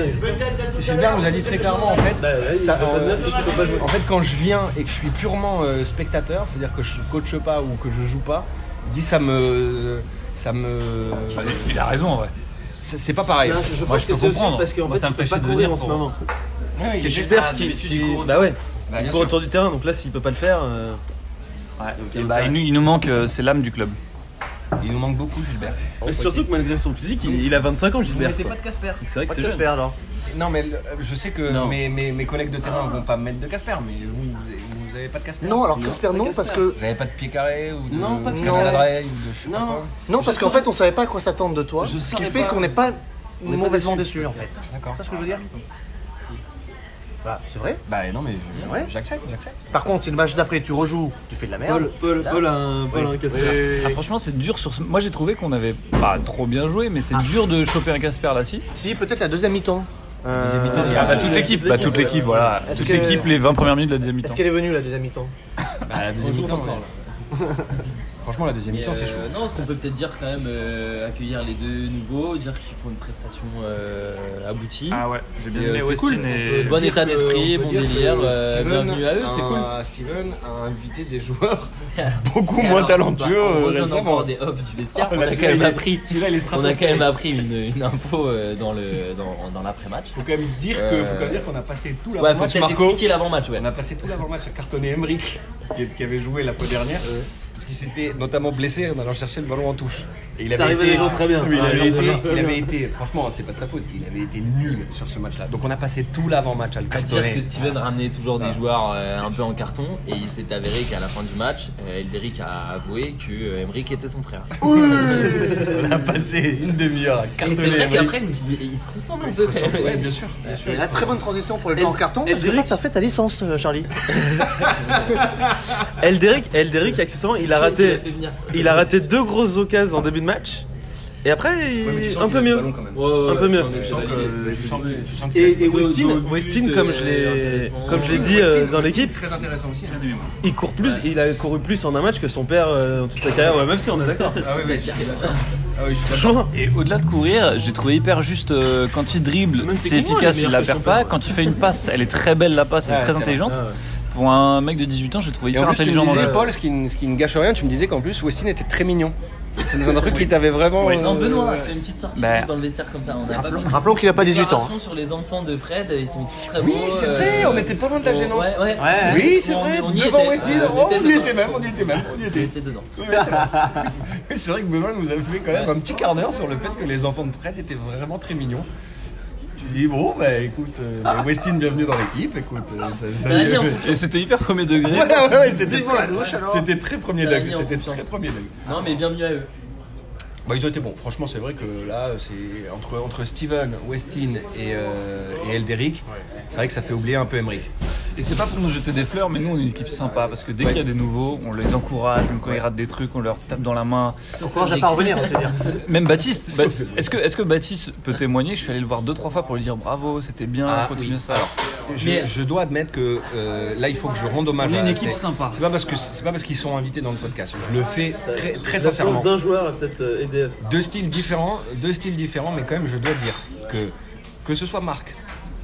[SPEAKER 6] Gilbert nous a dit très clairement en
[SPEAKER 9] Bah,
[SPEAKER 6] fait. ça, euh, en fait, quand je viens et que je suis purement euh, spectateur, c'est-à-dire que je coache pas ou que je joue pas, il dit ça me, ça me,
[SPEAKER 11] Bah, Il a raison en vrai.
[SPEAKER 6] c'est c'est pas pareil.
[SPEAKER 9] Non, Je
[SPEAKER 11] Moi,
[SPEAKER 9] pense
[SPEAKER 11] je
[SPEAKER 9] que
[SPEAKER 11] peux
[SPEAKER 9] c'est aussi
[SPEAKER 11] comprendre.
[SPEAKER 9] parce qu'en
[SPEAKER 11] Moi,
[SPEAKER 9] fait,
[SPEAKER 11] ça
[SPEAKER 9] il
[SPEAKER 11] me
[SPEAKER 9] peut
[SPEAKER 11] fait
[SPEAKER 9] pas
[SPEAKER 11] chier de
[SPEAKER 9] courir en
[SPEAKER 11] venir
[SPEAKER 9] ce
[SPEAKER 11] pour-
[SPEAKER 9] moment.
[SPEAKER 6] Ouais,
[SPEAKER 9] Parce
[SPEAKER 6] il
[SPEAKER 9] que
[SPEAKER 6] fait
[SPEAKER 9] Gilbert,
[SPEAKER 6] ça,
[SPEAKER 9] ce qui,
[SPEAKER 6] mais
[SPEAKER 9] ce
[SPEAKER 6] il
[SPEAKER 9] qui-
[SPEAKER 6] court.
[SPEAKER 9] bah ouais,
[SPEAKER 6] Bah,
[SPEAKER 9] il
[SPEAKER 6] bien
[SPEAKER 9] court
[SPEAKER 6] sûr.
[SPEAKER 9] autour du terrain, donc là, s'il peut pas le faire, euh,
[SPEAKER 11] Ouais.
[SPEAKER 9] il
[SPEAKER 11] Et bah,
[SPEAKER 9] a-
[SPEAKER 11] il, nous, il nous manque, euh, c'est l'âme du club.
[SPEAKER 6] Il nous manque beaucoup, Gilbert.
[SPEAKER 9] Et surtout que malgré son physique, il, il a 25 ans, Gilbert. quoi. Donc C'est vrai que
[SPEAKER 8] Pas de
[SPEAKER 9] c'est jeune.
[SPEAKER 8] Casper alors.
[SPEAKER 6] Non, mais le- je sais que
[SPEAKER 10] Non.
[SPEAKER 6] Mes, mes, mes collègues de terrain vont pas me mettre de Casper, mais vous, vous avez- vous avez pas de Casper
[SPEAKER 8] Non, alors Casper non, parce que
[SPEAKER 6] Vous avez pas de pied carré ou de
[SPEAKER 9] Non, pas de
[SPEAKER 6] ou
[SPEAKER 9] pied carré.
[SPEAKER 6] d'adresse, ou de je sais pas
[SPEAKER 9] Non.
[SPEAKER 6] quoi.
[SPEAKER 8] non parce
[SPEAKER 9] Je
[SPEAKER 8] qu'en
[SPEAKER 9] saurais-
[SPEAKER 8] fait on savait pas à quoi s'attendre de toi,
[SPEAKER 9] Je
[SPEAKER 8] ce qui
[SPEAKER 9] saurais
[SPEAKER 8] fait
[SPEAKER 9] pas.
[SPEAKER 8] qu'on n'est pas
[SPEAKER 9] On est pas
[SPEAKER 8] mauvaisement
[SPEAKER 9] déçu.
[SPEAKER 8] déçu en fait.
[SPEAKER 9] D'accord.
[SPEAKER 8] C'est ce que je veux dire Bah, c'est vrai.
[SPEAKER 12] Bah non, mais je-
[SPEAKER 8] C'est vrai.
[SPEAKER 12] j'accepte, j'accepte.
[SPEAKER 8] Par contre, si le match d'après tu rejoues, tu fais de la merde.
[SPEAKER 9] Paul,
[SPEAKER 8] Là-
[SPEAKER 9] Paul a un, Paul a un
[SPEAKER 8] Oui.
[SPEAKER 9] casque.
[SPEAKER 11] Ah, franchement, c'est dur sur ce... Moi, j'ai trouvé qu'on avait pas trop bien joué, mais c'est dur de choper un Casper là, si.
[SPEAKER 8] Si, peut-être la deuxième mi-temps. Euh,
[SPEAKER 11] Ah, bah, toute l'équipe, bah, toute l'équipe, voilà.
[SPEAKER 8] Est-ce
[SPEAKER 11] Toute
[SPEAKER 8] que-
[SPEAKER 11] l'équipe, les 20 premières minutes de la deuxième
[SPEAKER 8] Est-ce
[SPEAKER 11] mi-temps.
[SPEAKER 8] qu'elle est venue la deuxième mi-temps
[SPEAKER 11] Bah, la deuxième
[SPEAKER 10] Bonjour
[SPEAKER 11] mi-temps,
[SPEAKER 10] encore,
[SPEAKER 11] ouais.
[SPEAKER 10] là.
[SPEAKER 12] Franchement, la deuxième
[SPEAKER 10] Mais,
[SPEAKER 12] mi-temps, c'est chaud.
[SPEAKER 10] euh, Non, ce qu'on peut peut-être dire quand même, euh, accueillir les deux nouveaux, dire qu'ils font une prestation euh, aboutie.
[SPEAKER 11] Ah ouais, j'ai bien
[SPEAKER 10] Et, euh,
[SPEAKER 11] aimé
[SPEAKER 10] c'est
[SPEAKER 11] Westin
[SPEAKER 10] cool.
[SPEAKER 11] et-
[SPEAKER 10] Bon état d'esprit,
[SPEAKER 6] Euh, On peut
[SPEAKER 10] bon
[SPEAKER 6] dire que
[SPEAKER 10] délire, euh,
[SPEAKER 6] Steven
[SPEAKER 10] bienvenue à eux, c'est
[SPEAKER 6] a-
[SPEAKER 10] cool.
[SPEAKER 6] Steven a invité des joueurs beaucoup
[SPEAKER 10] Et
[SPEAKER 6] moins
[SPEAKER 10] alors,
[SPEAKER 6] talentueux
[SPEAKER 10] bah, on
[SPEAKER 6] euh,
[SPEAKER 10] redonne
[SPEAKER 6] récemment.
[SPEAKER 10] encore des offs du vestiaire.
[SPEAKER 6] Oh,
[SPEAKER 10] on,
[SPEAKER 6] là,
[SPEAKER 10] a quand
[SPEAKER 6] celui-là,
[SPEAKER 10] même
[SPEAKER 6] il est-
[SPEAKER 10] appris,
[SPEAKER 6] celui-là, il est
[SPEAKER 10] on a quand
[SPEAKER 6] stratosphérique.
[SPEAKER 10] même appris une, une info euh, dans le dans, dans l'après-match.
[SPEAKER 6] Faut quand même dire que,
[SPEAKER 10] Euh,
[SPEAKER 6] faut quand même dire qu'on a passé tout
[SPEAKER 10] Ouais, faut
[SPEAKER 6] l'avant-match,
[SPEAKER 10] peut-être
[SPEAKER 6] Marco.
[SPEAKER 10] expliquer l'avant-match, ouais.
[SPEAKER 6] On a passé tout l'avant-match à cartonner Emric, qui, qui avait joué la fois dernière, parce qu'il s'était notamment blessé en allant chercher le ballon en touche. Et
[SPEAKER 9] Ça arrive à des gens très bien.
[SPEAKER 6] Oui, il
[SPEAKER 9] Ça
[SPEAKER 6] avait
[SPEAKER 9] arrive à
[SPEAKER 6] été,
[SPEAKER 9] des gens très
[SPEAKER 6] il
[SPEAKER 9] bien.
[SPEAKER 6] avait été, franchement, c'est pas de sa faute, il avait été nul sur ce match-là. Donc on a passé tout l'avant-match à le
[SPEAKER 10] À dire
[SPEAKER 6] cartonner.
[SPEAKER 10] Ah, que Steven ramenait toujours
[SPEAKER 6] Ah.
[SPEAKER 10] des joueurs euh, un peu en carton et il s'est avéré qu'à la fin du match, euh, Elderic a avoué que euh, Emric était son frère.
[SPEAKER 6] on a passé une demi-heure à
[SPEAKER 10] Et c'est
[SPEAKER 6] cartonner
[SPEAKER 10] vrai
[SPEAKER 6] Emric.
[SPEAKER 10] qu'après, je me suis dit, ils se ressemblent un
[SPEAKER 6] Il se
[SPEAKER 10] peu.
[SPEAKER 6] ressemble, ouais, bien sûr, bien sûr.
[SPEAKER 8] Et
[SPEAKER 6] il
[SPEAKER 8] là,
[SPEAKER 6] se
[SPEAKER 8] très bonne transition pour les blancs en carton, parce que
[SPEAKER 9] Eldrick.
[SPEAKER 8] toi, t'as fait ta licence, euh, Charlie.
[SPEAKER 9] Elderic, Elderic, accessoirement, il a raté,
[SPEAKER 10] fait venir.
[SPEAKER 9] il a raté deux grosses occasions en début de match. Et après, il-
[SPEAKER 6] ressemble. Ouais, mais tu sens
[SPEAKER 9] un
[SPEAKER 6] qu'il
[SPEAKER 9] peu
[SPEAKER 6] a le
[SPEAKER 9] mieux.
[SPEAKER 6] ballon quand même.
[SPEAKER 10] Ouais, ouais,
[SPEAKER 9] Un peu
[SPEAKER 10] ouais,
[SPEAKER 9] mieux.
[SPEAKER 10] on est
[SPEAKER 6] Tu sens
[SPEAKER 10] validé.
[SPEAKER 6] que- tu sens que- tu sens qu'il a le
[SPEAKER 9] Et, et
[SPEAKER 6] ballon.
[SPEAKER 9] Westin,
[SPEAKER 10] deux buts,
[SPEAKER 9] Westin, comme je
[SPEAKER 10] euh,
[SPEAKER 9] l'ai,
[SPEAKER 10] intéressant.
[SPEAKER 9] comme je l'ai dit
[SPEAKER 6] Westin,
[SPEAKER 9] euh, dans
[SPEAKER 6] Westin,
[SPEAKER 9] l'équipe, Ah
[SPEAKER 6] Très intéressant aussi. hein.
[SPEAKER 9] il court plus, il a couru plus en un match que son père euh, en toute sa carrière. Ouais, même si on est d'accord.
[SPEAKER 6] Ah oui, oui, je suis d'accord. Ah oui, je suis d'accord.
[SPEAKER 9] Franchement,
[SPEAKER 11] Et au-delà de courir, j'ai trouvé hyper juste euh, quand il dribble,
[SPEAKER 9] Même
[SPEAKER 11] c'est
[SPEAKER 9] techniquement,
[SPEAKER 11] efficace,
[SPEAKER 9] il est
[SPEAKER 11] il la
[SPEAKER 9] meilleur
[SPEAKER 11] perd pas.
[SPEAKER 9] que
[SPEAKER 11] Quand il fait une passe, elle est très belle la passe, elle est
[SPEAKER 6] Ouais,
[SPEAKER 11] très
[SPEAKER 6] c'est vrai.
[SPEAKER 11] intelligente.
[SPEAKER 6] Ah ouais.
[SPEAKER 11] Pour un mec de 18 ans, j'ai trouvé
[SPEAKER 12] Et
[SPEAKER 11] hyper
[SPEAKER 12] en plus, tu
[SPEAKER 11] intelligent
[SPEAKER 12] me
[SPEAKER 11] dans le
[SPEAKER 12] disais, Paul, ce qui, ne- ce qui ne gâche rien, tu me disais qu'en plus, Westin était très mignon. C'est un truc qui t'avait vraiment.
[SPEAKER 11] Oui.
[SPEAKER 10] Non,
[SPEAKER 12] euh,
[SPEAKER 10] Benoît a fait une petite sortie
[SPEAKER 11] Bah.
[SPEAKER 10] dans le vestiaire comme ça. On a pas compris.
[SPEAKER 8] Rappelons qu'il a pas
[SPEAKER 6] hein.
[SPEAKER 8] 18 ans. hein.
[SPEAKER 10] Déclaration sur les enfants de Fred, ils sont tous très
[SPEAKER 12] Oui,
[SPEAKER 10] beaux,
[SPEAKER 12] c'est
[SPEAKER 10] euh,
[SPEAKER 12] vrai, on était pas loin de la
[SPEAKER 10] on-
[SPEAKER 12] gênance.
[SPEAKER 10] ouais, ouais.
[SPEAKER 6] hein.
[SPEAKER 8] Ouais.
[SPEAKER 12] Oui,
[SPEAKER 10] On-
[SPEAKER 12] c'est vrai,
[SPEAKER 10] on y
[SPEAKER 12] devant
[SPEAKER 10] était.
[SPEAKER 12] Westin,
[SPEAKER 10] Ouais,
[SPEAKER 12] oh, on y
[SPEAKER 10] dedans.
[SPEAKER 12] était même, on y était même, on y
[SPEAKER 10] On
[SPEAKER 12] était.
[SPEAKER 10] était dedans.
[SPEAKER 12] Oui, c'est vrai.
[SPEAKER 6] Oui, c'est vrai que Benoît nous a fait quand même un petit quart d'heure sur le fait que les enfants de Fred étaient vraiment très mignons. Tu dis, bon, bah écoute, euh, bah, Westin, bienvenue dans l'équipe. Écoute, euh, ça,
[SPEAKER 10] Ça
[SPEAKER 6] ça-
[SPEAKER 10] a mis en
[SPEAKER 11] Et c'était hyper premier degré.
[SPEAKER 6] Ouais, ouais, ouais, c'était
[SPEAKER 8] Vive la gauche,
[SPEAKER 6] très,
[SPEAKER 8] alors.
[SPEAKER 6] c'était très premier
[SPEAKER 10] Ça a
[SPEAKER 6] degré.
[SPEAKER 10] mis en
[SPEAKER 6] C'était
[SPEAKER 10] confiance.
[SPEAKER 6] très premier degré.
[SPEAKER 10] Non, mais bienvenue à eux.
[SPEAKER 12] Bah, ils ont été bons. Franchement, c'est vrai que là, c'est
[SPEAKER 6] Entre, entre Steven, Westin et, euh, et Elderic, c'est vrai que ça fait oublier un peu Emmerich.
[SPEAKER 11] Et c'est pas pour nous jeter des fleurs, mais nous on est une équipe sympa parce que dès qu'il y a des nouveaux, on les encourage, même quand ils ratent des trucs, on leur tape dans la main.
[SPEAKER 8] Encore, j'ai pas à revenir, on va te dire.
[SPEAKER 11] Même Baptiste, Ba- est-ce que, est que Baptiste peut témoigner Je suis allé le voir deux trois fois pour lui dire bravo, c'était bien,
[SPEAKER 6] Ah,
[SPEAKER 11] continue
[SPEAKER 6] oui.
[SPEAKER 11] ça.
[SPEAKER 6] Alors, je,
[SPEAKER 10] Mais-
[SPEAKER 6] je dois admettre que euh, là, il faut que je rende hommage
[SPEAKER 11] On est
[SPEAKER 6] à
[SPEAKER 11] une équipe
[SPEAKER 6] c'est-
[SPEAKER 11] sympa.
[SPEAKER 6] C'est pas parce que c'est pas parce qu'ils sont invités dans le podcast. Je le fais très, très
[SPEAKER 9] la chance
[SPEAKER 6] sincèrement.
[SPEAKER 9] d'un joueur a peut-être euh, aidé.
[SPEAKER 6] deux styles différents, deux styles différents, mais quand même, je dois dire que que ce soit Marc,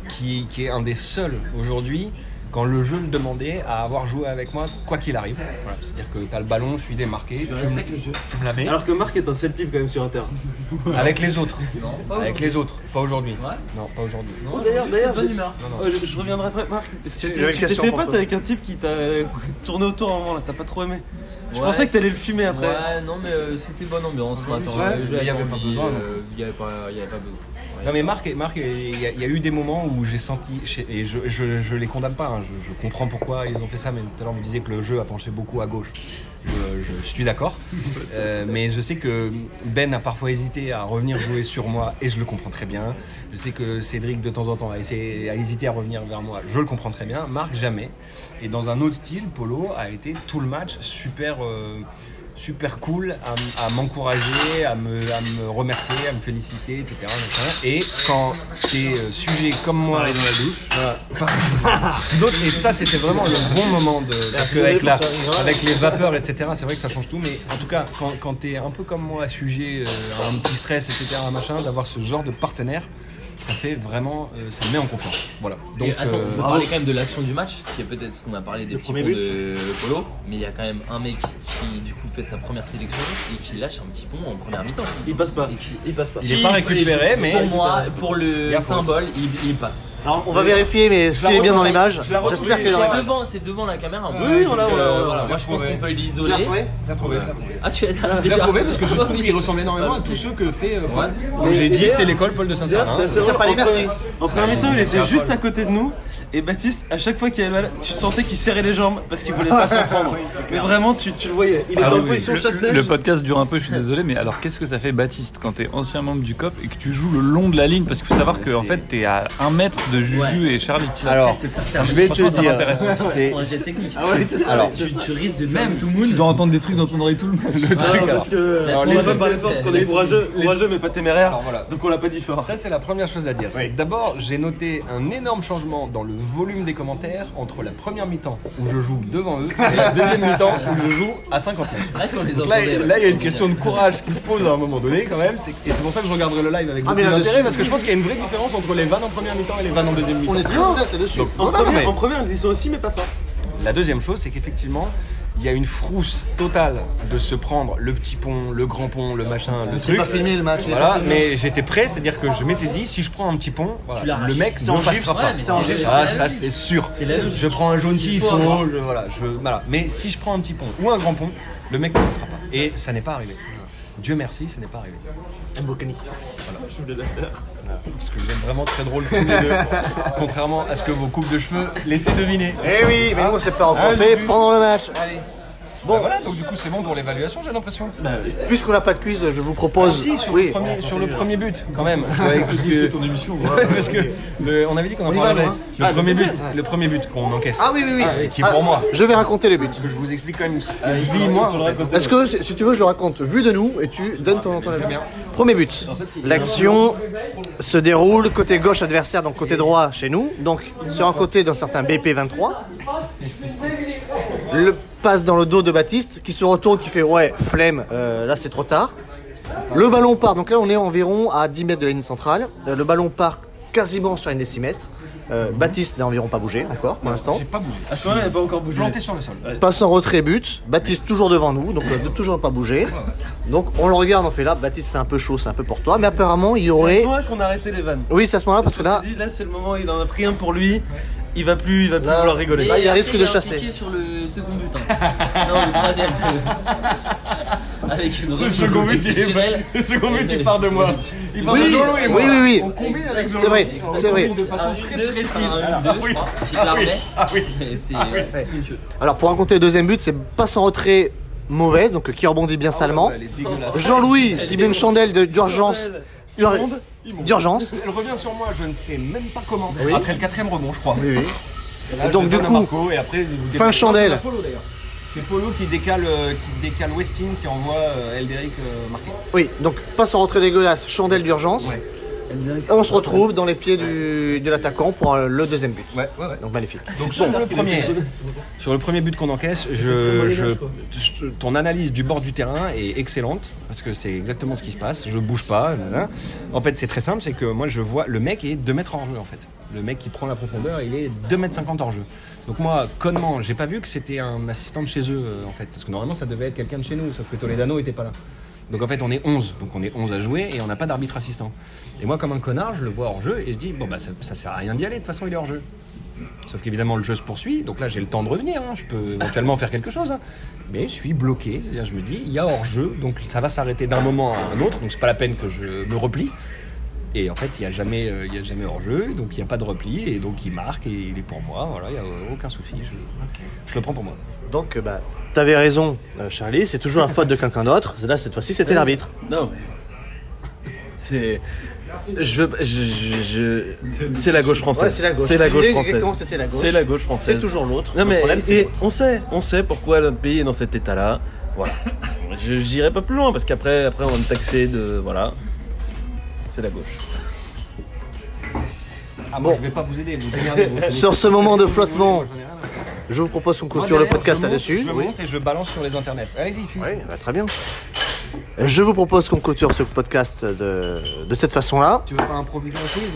[SPEAKER 6] qui, qui est un des seuls aujourd'hui, quand le jeu le demandait, à avoir joué avec moi, quoi qu'il arrive. Voilà, C'est-à-dire que t'as le ballon, je suis démarqué, je, me- je me la mets.
[SPEAKER 9] Alors que Marc est un seul type quand même sur un terrain.
[SPEAKER 6] Avec les autres. avec les autres, pas aujourd'hui. Non, pas aujourd'hui.
[SPEAKER 9] Oh, D'ailleurs, d'ailleurs,
[SPEAKER 10] bonne
[SPEAKER 9] j'ai-
[SPEAKER 10] humeur.
[SPEAKER 9] Oh, je, je reviendrai après. Marc, tu
[SPEAKER 8] j'avais
[SPEAKER 9] t'es
[SPEAKER 8] une
[SPEAKER 9] tu t'es
[SPEAKER 8] question
[SPEAKER 9] fait
[SPEAKER 8] pour
[SPEAKER 9] pote
[SPEAKER 8] toi.
[SPEAKER 9] avec un type qui t'a euh, tourné autour à un moment là, t'as pas trop aimé. Je
[SPEAKER 10] Ouais.
[SPEAKER 9] pensais que t'allais le fumer après.
[SPEAKER 10] Ouais, non, mais euh, c'était bonne ambiance ce matin.
[SPEAKER 6] Ah, Ouais,
[SPEAKER 10] Le jeu
[SPEAKER 6] mais il y avait pas
[SPEAKER 10] envie,
[SPEAKER 6] besoin,
[SPEAKER 10] euh, Il y avait pas il y avait pas besoin.
[SPEAKER 6] Non mais Marc, Marc il, y a, il y a eu des moments où j'ai senti, et je, je, je les condamne pas, hein, je, je comprends pourquoi ils ont fait ça, mais tout à l'heure vous disiez que le jeu a penché beaucoup à gauche. Je, je suis d'accord, Euh, mais je sais que Ben a parfois hésité à revenir jouer sur moi et je le comprends très bien. Je sais que Cédric de temps en temps a, essayé, a hésité à revenir vers moi, je le comprends très bien. Marc jamais. Et dans un autre style, Polo a été tout le match super... euh, super cool à, m- à m'encourager, à me, à me remercier, à me féliciter, etc. machin. Et quand t'es euh, sujet comme moi. dans la douche. D'autres, et ça, c'était vraiment le bon moment de. Parce que avec, la, avec les vapeurs, etc., c'est vrai que ça change tout. Mais en tout cas, quand, quand t'es un peu comme moi, sujet euh, à un petit stress, etc., machin, d'avoir ce genre de partenaire. Ça fait vraiment, euh, ça me met en confiance. Voilà. Donc,
[SPEAKER 10] Et attends,
[SPEAKER 6] euh,
[SPEAKER 10] je veux parler quand même de l'action du match, qui est peut-être ce qu'on a parlé des petits ponts
[SPEAKER 8] premier but.
[SPEAKER 10] de Polo, mais il y a quand même un mec qui du coup fait sa première sélection et qui lâche un petit pont en première mi-temps.
[SPEAKER 9] Il passe pas.
[SPEAKER 10] Et qui-
[SPEAKER 9] Il passe pas.
[SPEAKER 6] il n'est pas récupéré, mais.
[SPEAKER 10] Pour moi, pour
[SPEAKER 6] Il y
[SPEAKER 10] le
[SPEAKER 6] a faute.
[SPEAKER 10] symbole, il, il passe.
[SPEAKER 8] Alors, on va vérifier, mais
[SPEAKER 6] la
[SPEAKER 8] c'est bien dans
[SPEAKER 6] retrouve,
[SPEAKER 8] l'image.
[SPEAKER 6] je la retrouve,
[SPEAKER 8] J'espère qu'elle est dans
[SPEAKER 6] je
[SPEAKER 10] C'est
[SPEAKER 6] la-
[SPEAKER 8] l'image.
[SPEAKER 10] devant, c'est devant la caméra. en
[SPEAKER 6] Ouais,
[SPEAKER 10] plus,
[SPEAKER 6] oui,
[SPEAKER 10] donc,
[SPEAKER 9] on l'a, on l'a,
[SPEAKER 10] euh,
[SPEAKER 9] on l'a,
[SPEAKER 10] voilà.
[SPEAKER 9] on
[SPEAKER 10] Moi, je pense
[SPEAKER 6] trouvé.
[SPEAKER 10] qu'on peut
[SPEAKER 8] Tu l'as
[SPEAKER 10] l'isoler.
[SPEAKER 8] retrouvé
[SPEAKER 6] Je l'ai trouvé, je l'ai trouvé.
[SPEAKER 10] Ah, tu l'as
[SPEAKER 6] Je l'ai
[SPEAKER 10] déjà
[SPEAKER 6] trouvé parce que je
[SPEAKER 10] Ah
[SPEAKER 6] trouve
[SPEAKER 10] oui.
[SPEAKER 6] qu'il ressemble énormément à tous ceux que fait euh, Paul.
[SPEAKER 10] Ouais.
[SPEAKER 6] Donc j'ai dit c'est l'école Paul de Saint-Sernin.
[SPEAKER 9] D'ailleurs, c'est assez
[SPEAKER 8] t'as pas
[SPEAKER 9] en
[SPEAKER 8] dit
[SPEAKER 9] pre-
[SPEAKER 8] merci.
[SPEAKER 9] En première mi-temps, il
[SPEAKER 8] Ouais, c'est
[SPEAKER 9] était
[SPEAKER 8] un
[SPEAKER 9] juste
[SPEAKER 8] troll.
[SPEAKER 9] à côté de nous. Et Baptiste, à chaque fois qu'il avait la balle, tu sentais qu'il serrait les jambes parce qu'il voulait pas s'en prendre. Mais vraiment, tu, tu le voyais. Il est
[SPEAKER 11] Ah oui,
[SPEAKER 9] dans la
[SPEAKER 11] oui.
[SPEAKER 9] position
[SPEAKER 11] Le-
[SPEAKER 9] chasse-neige.
[SPEAKER 11] le, podcast dure un peu, je suis désolé, mais alors qu'est-ce que ça fait Baptiste quand t'es ancien membre du COP et que tu joues le long de la ligne Parce qu'il faut savoir qu'en fait t'es à un mètre de Juju et Charlie.
[SPEAKER 13] Alors, je vais te
[SPEAKER 11] Franchement, ça
[SPEAKER 13] dire,
[SPEAKER 11] m'intéresse.
[SPEAKER 13] c'est-
[SPEAKER 10] Pour un jet technique.
[SPEAKER 13] Ah ouais, c'est ça. Alors-
[SPEAKER 10] tu, tu risques de même tout le monde.
[SPEAKER 11] Tu dois entendre des trucs dans ton oreille tout le monde.
[SPEAKER 9] Le truc, parce que
[SPEAKER 10] La
[SPEAKER 9] on l'a
[SPEAKER 10] troisième
[SPEAKER 9] pas parlé
[SPEAKER 10] tête,
[SPEAKER 9] fort parce qu'on
[SPEAKER 10] la
[SPEAKER 9] est courageux,
[SPEAKER 6] les-
[SPEAKER 9] courageux mais pas téméraire.
[SPEAKER 6] Alors voilà.
[SPEAKER 9] Donc on l'a pas dit fort.
[SPEAKER 6] Ça, c'est la première chose à dire. C'est que D'abord, j'ai noté un énorme changement dans le volume des commentaires entre la première mi-temps où je joue devant eux et la deuxième mi-temps où je joue à 50
[SPEAKER 10] Ouais, qu'on les
[SPEAKER 6] mètres. Donc là,
[SPEAKER 10] entendait, ouais.
[SPEAKER 6] là, il y a une question de courage qui se pose à un moment donné quand même. c'est- Et c'est pour ça que je regarderai le live avec
[SPEAKER 8] Ah,
[SPEAKER 6] beaucoup
[SPEAKER 8] mais là-dessus-
[SPEAKER 6] d'intérêt parce que je pense qu'il y a une vraie différence entre les vannes en première mi-temps et les vannes en deuxième mi-temps.
[SPEAKER 8] On est très honnête là-dessus.
[SPEAKER 6] Oh Donc,
[SPEAKER 9] En
[SPEAKER 6] non, non, mais-
[SPEAKER 9] première, en première, ils y sont aussi, mais pas fort.
[SPEAKER 6] la deuxième chose, c'est qu'effectivement, il y a une frousse totale de se prendre le petit pont, le grand pont, le machin, le
[SPEAKER 8] C'est
[SPEAKER 6] truc.
[SPEAKER 8] pas filmé le match. il est pas
[SPEAKER 6] Voilà,
[SPEAKER 8] filmé.
[SPEAKER 6] mais j'étais prêt, c'est-à-dire que je m'étais dit, si je prends un petit pont, voilà,
[SPEAKER 10] Tu l'arraches.
[SPEAKER 6] le mec
[SPEAKER 10] C'est
[SPEAKER 6] ne
[SPEAKER 10] en gifle.
[SPEAKER 6] passera pas.
[SPEAKER 10] Ouais, mais c'est en gifle.
[SPEAKER 6] Ah,
[SPEAKER 10] C'est la
[SPEAKER 6] ça
[SPEAKER 10] logique.
[SPEAKER 6] c'est sûr.
[SPEAKER 10] C'est la logique.
[SPEAKER 6] Je prends un jaune
[SPEAKER 10] Il
[SPEAKER 6] s'il
[SPEAKER 10] faut
[SPEAKER 6] faut,
[SPEAKER 10] avoir.
[SPEAKER 6] je- voilà, je, voilà. Mais si je prends un petit pont ou un grand pont, le mec ne passera pas. Et ça n'est pas arrivé. Dieu merci, ça n'est pas arrivé.
[SPEAKER 8] Mbokani.
[SPEAKER 6] Parce que vous êtes vraiment très drôle tous les deux. Contrairement à ce que vos coupes de cheveux laissez deviner.
[SPEAKER 8] Eh oui, mais nous on s'est pas rencontrés
[SPEAKER 6] j'ai vu.
[SPEAKER 8] pendant le match.
[SPEAKER 6] Bon, Bah voilà, donc du coup c'est bon pour l'évaluation, j'ai l'impression.
[SPEAKER 8] Puisqu'on n'a pas de quiz, je vous propose.
[SPEAKER 6] Ah, Si, sur, le
[SPEAKER 8] oui.
[SPEAKER 6] premier, sur le premier but, quand même. parce que,
[SPEAKER 11] ton émission.
[SPEAKER 6] parce que le- on avait dit qu'on en
[SPEAKER 8] On y va,
[SPEAKER 6] parlerait.
[SPEAKER 8] nous, hein.
[SPEAKER 6] Le, premier but, le premier but qu'on encaisse.
[SPEAKER 8] Ah oui, oui, oui.
[SPEAKER 6] Ah, et qui est pour
[SPEAKER 8] Ah,
[SPEAKER 6] moi. Ah,
[SPEAKER 8] Je vais raconter les buts.
[SPEAKER 6] Que je vous explique quand même ce que je vis, moi.
[SPEAKER 8] Est-ce que si tu veux, je le raconte vu de nous et tu donnes ton, ton avis Premier but. L'action se déroule côté gauche adversaire, donc côté droit chez nous. Donc sur un côté d'un certain BP23. Le passe dans le dos de Baptiste qui se retourne, qui fait ouais, flemme, euh, là c'est trop tard. Le ballon part, donc là on est environ à 10 mètres de la ligne centrale. Euh, le ballon part quasiment sur la ligne des 6 mètres. Euh, Baptiste n'a environ pas bougé encore pour l'instant.
[SPEAKER 6] J'ai pas bougé.
[SPEAKER 9] À ce moment-là, il n'a pas encore bougé.
[SPEAKER 6] Planté sur le sol.
[SPEAKER 8] Passe en retrait but, Baptiste toujours devant nous, donc euh, de toujours pas bouger. Donc on le regarde, on fait là, Baptiste c'est un peu chaud, c'est un peu pour toi, mais apparemment il y
[SPEAKER 9] C'est à ce
[SPEAKER 8] aurait.
[SPEAKER 9] moment-là qu'on a arrêté les vannes.
[SPEAKER 8] Oui, c'est à ce moment-là parce que
[SPEAKER 9] Parce qu'on
[SPEAKER 8] là,
[SPEAKER 9] s'est dit, là, c'est le moment, il en a pris un pour lui. Il va plus, il va plus
[SPEAKER 8] Là-
[SPEAKER 9] vouloir rigoler.
[SPEAKER 8] Là, il y a
[SPEAKER 10] après,
[SPEAKER 8] risque de
[SPEAKER 10] un
[SPEAKER 8] chasser.
[SPEAKER 10] piqué sur le second but. hein. non, le troisième. Avec une
[SPEAKER 6] Le second but, il,
[SPEAKER 10] exceptionnelle.
[SPEAKER 6] est- le second but, il part de moi. Il part de
[SPEAKER 8] Oui,
[SPEAKER 6] Lolo et
[SPEAKER 8] oui,
[SPEAKER 6] moi.
[SPEAKER 8] oui, oui.
[SPEAKER 6] On combine avec Lolo.
[SPEAKER 8] C'est vrai,
[SPEAKER 6] On
[SPEAKER 8] c'est
[SPEAKER 6] combine
[SPEAKER 8] vrai.
[SPEAKER 6] De façon
[SPEAKER 10] Un
[SPEAKER 6] très
[SPEAKER 10] 1-2,
[SPEAKER 6] précise.
[SPEAKER 10] un 1-2, je crois. Qui
[SPEAKER 6] Ah oui,
[SPEAKER 10] l'armait.
[SPEAKER 6] ah oui.
[SPEAKER 10] Et C'est c'est somptueux.
[SPEAKER 8] alors pour raconter le deuxième but, c'est passe en retrait mauvaise, donc euh, qui rebondit
[SPEAKER 9] Ah
[SPEAKER 8] bien salement.
[SPEAKER 6] Elle est dégueulasse.
[SPEAKER 8] Jean-Louis qui met une chandelle de- d'urgence. Ur- D'urgence.
[SPEAKER 6] Elle revient sur moi, je ne sais même pas comment. Après le quatrième rebond, je crois.
[SPEAKER 8] Oui, oui.
[SPEAKER 6] Et là,
[SPEAKER 8] Et donc,
[SPEAKER 6] je
[SPEAKER 8] du
[SPEAKER 6] donne à
[SPEAKER 8] coup,
[SPEAKER 6] Marco, et après,
[SPEAKER 8] fin
[SPEAKER 6] Non, c'est
[SPEAKER 8] chandelle.
[SPEAKER 6] pas Polo, d'ailleurs. C'est Polo qui décale, euh, qui décale Westing, qui envoie euh, Elderic euh, marquer.
[SPEAKER 8] Oui, donc passe en retrait dégueulasse, chandelle d'urgence.
[SPEAKER 6] Ouais.
[SPEAKER 8] Et on se retrouve dans les pieds du, de l'attaquant pour euh, le deuxième but.
[SPEAKER 6] Ouais, ouais, ouais.
[SPEAKER 8] Donc magnifique.
[SPEAKER 6] Donc sur le premier, sur le premier but qu'on encaisse, je, je- je- ton analyse du bord du terrain est excellente parce que c'est exactement ce qui se passe. Je bouge pas. nanana. En fait, c'est très simple, c'est que moi je vois le mec est 2 mètres hors jeu en fait. Le mec qui prend la profondeur, il est 2 mètres 50 hors jeu. Donc moi, connement, j'ai pas vu que c'était un assistant de chez eux euh, en fait, parce que normalement ça devait être quelqu'un de chez nous, sauf que Toledano était pas là. Donc en fait, on est 11, donc on est 11 à jouer et on n'a pas d'arbitre assistant. Et moi, comme un connard, je le vois hors jeu et je dis bon bah ça, ça sert à rien d'y aller. De toute façon, il est hors jeu. Sauf qu'évidemment, le jeu se poursuit, donc là j'ai le temps de revenir, hein. je peux éventuellement faire quelque chose. hein. Mais je suis bloqué, C'est-à-dire, je me dis, il y a hors-jeu, donc ça va s'arrêter d'un moment à un autre, donc c'est pas la peine que je me replie. Et en fait, il n'y a jamais, euh, il y a jamais hors-jeu, donc il n'y a pas de repli, et donc il marque, et il est pour moi, voilà, il n'y a euh, aucun souci, je, je le prends pour moi.
[SPEAKER 8] Donc, euh, bah, t'avais raison, euh, Charlie, c'est toujours la faute de quelqu'un d'autre. Là, cette fois-ci, c'était l'arbitre.
[SPEAKER 9] Non, mais. C'est. Je veux. je- je- je- C'est la gauche française.
[SPEAKER 8] Ouais, c'est la gauche.
[SPEAKER 9] C'est la gauche
[SPEAKER 8] Et
[SPEAKER 9] française.
[SPEAKER 8] exactement, c'était la gauche.
[SPEAKER 9] C'est la gauche française.
[SPEAKER 8] C'est toujours l'autre.
[SPEAKER 9] Non,
[SPEAKER 8] Le
[SPEAKER 9] mais
[SPEAKER 8] problème, c'est
[SPEAKER 9] et
[SPEAKER 8] l'autre.
[SPEAKER 9] on sait, on sait pourquoi notre pays est dans cet état-là. Voilà. Je J'irai pas plus loin parce qu'après, après, on va me taxer de. Voilà. C'est la gauche.
[SPEAKER 6] Ah bon, je vais pas vous aider, vous démerdez. vous.
[SPEAKER 8] Sur ce moment de flottement, je vous propose qu'on
[SPEAKER 6] Moi,
[SPEAKER 8] clôture le
[SPEAKER 6] derrière,
[SPEAKER 8] podcast
[SPEAKER 6] je monte,
[SPEAKER 8] là-dessus.
[SPEAKER 6] Je
[SPEAKER 8] Oui.
[SPEAKER 6] monte et je balance sur les internets. Allez-y, fuis.
[SPEAKER 8] Oui, bah, très bien. Je vous propose qu'on clôture ce podcast de, de cette façon-là.
[SPEAKER 6] Tu veux pas improviser un quiz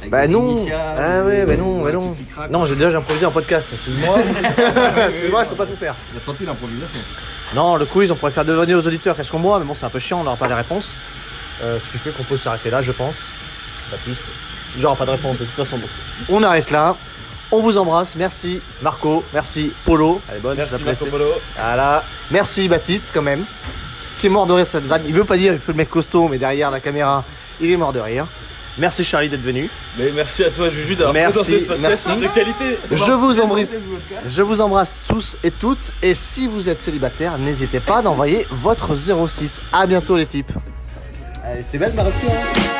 [SPEAKER 6] Avec
[SPEAKER 8] Bah
[SPEAKER 6] des
[SPEAKER 8] non
[SPEAKER 6] initiales, euh,
[SPEAKER 8] Ah ouais,
[SPEAKER 6] des-
[SPEAKER 8] bah non, bah
[SPEAKER 6] des
[SPEAKER 8] non
[SPEAKER 6] clics-clacs.
[SPEAKER 8] Non, j'ai déjà j'ai improvisé un podcast, excuse-moi. excuse-moi, je peux pas tout faire.
[SPEAKER 6] T'as senti l'improvisation
[SPEAKER 8] Non, le quiz, on pourrait faire devenir aux auditeurs qu'est-ce qu'on boit, mais bon, c'est un peu chiant, on n'aura pas les réponses. Euh, ce qui fait qu'on peut s'arrêter là, je pense. Baptiste, j'aurai pas de réponse de toute façon. donc. On arrête là. On vous embrasse. Merci Marco, merci Polo. Elle est bonne, je
[SPEAKER 9] Merci,
[SPEAKER 8] vais la
[SPEAKER 9] Marco
[SPEAKER 8] placer.
[SPEAKER 9] Polo.
[SPEAKER 8] Voilà. Merci Baptiste quand même. T'es mort de rire cette vanne. Il veut pas dire il faut le mec costaud, mais derrière la caméra, il est mort de rire. Merci Charlie d'être venu.
[SPEAKER 9] Mais merci à toi, Juju, d'avoir
[SPEAKER 8] Merci,
[SPEAKER 9] présenté ce podcast
[SPEAKER 8] merci.
[SPEAKER 9] de qualité.
[SPEAKER 8] Je
[SPEAKER 9] D'avoir
[SPEAKER 8] vous
[SPEAKER 9] présenté
[SPEAKER 8] embrasse.
[SPEAKER 9] ce podcast.
[SPEAKER 8] Je vous embrasse tous et toutes. Et si vous êtes célibataire, n'hésitez pas d'envoyer votre 06. À bientôt les types. Elle était belle ma rupture. hein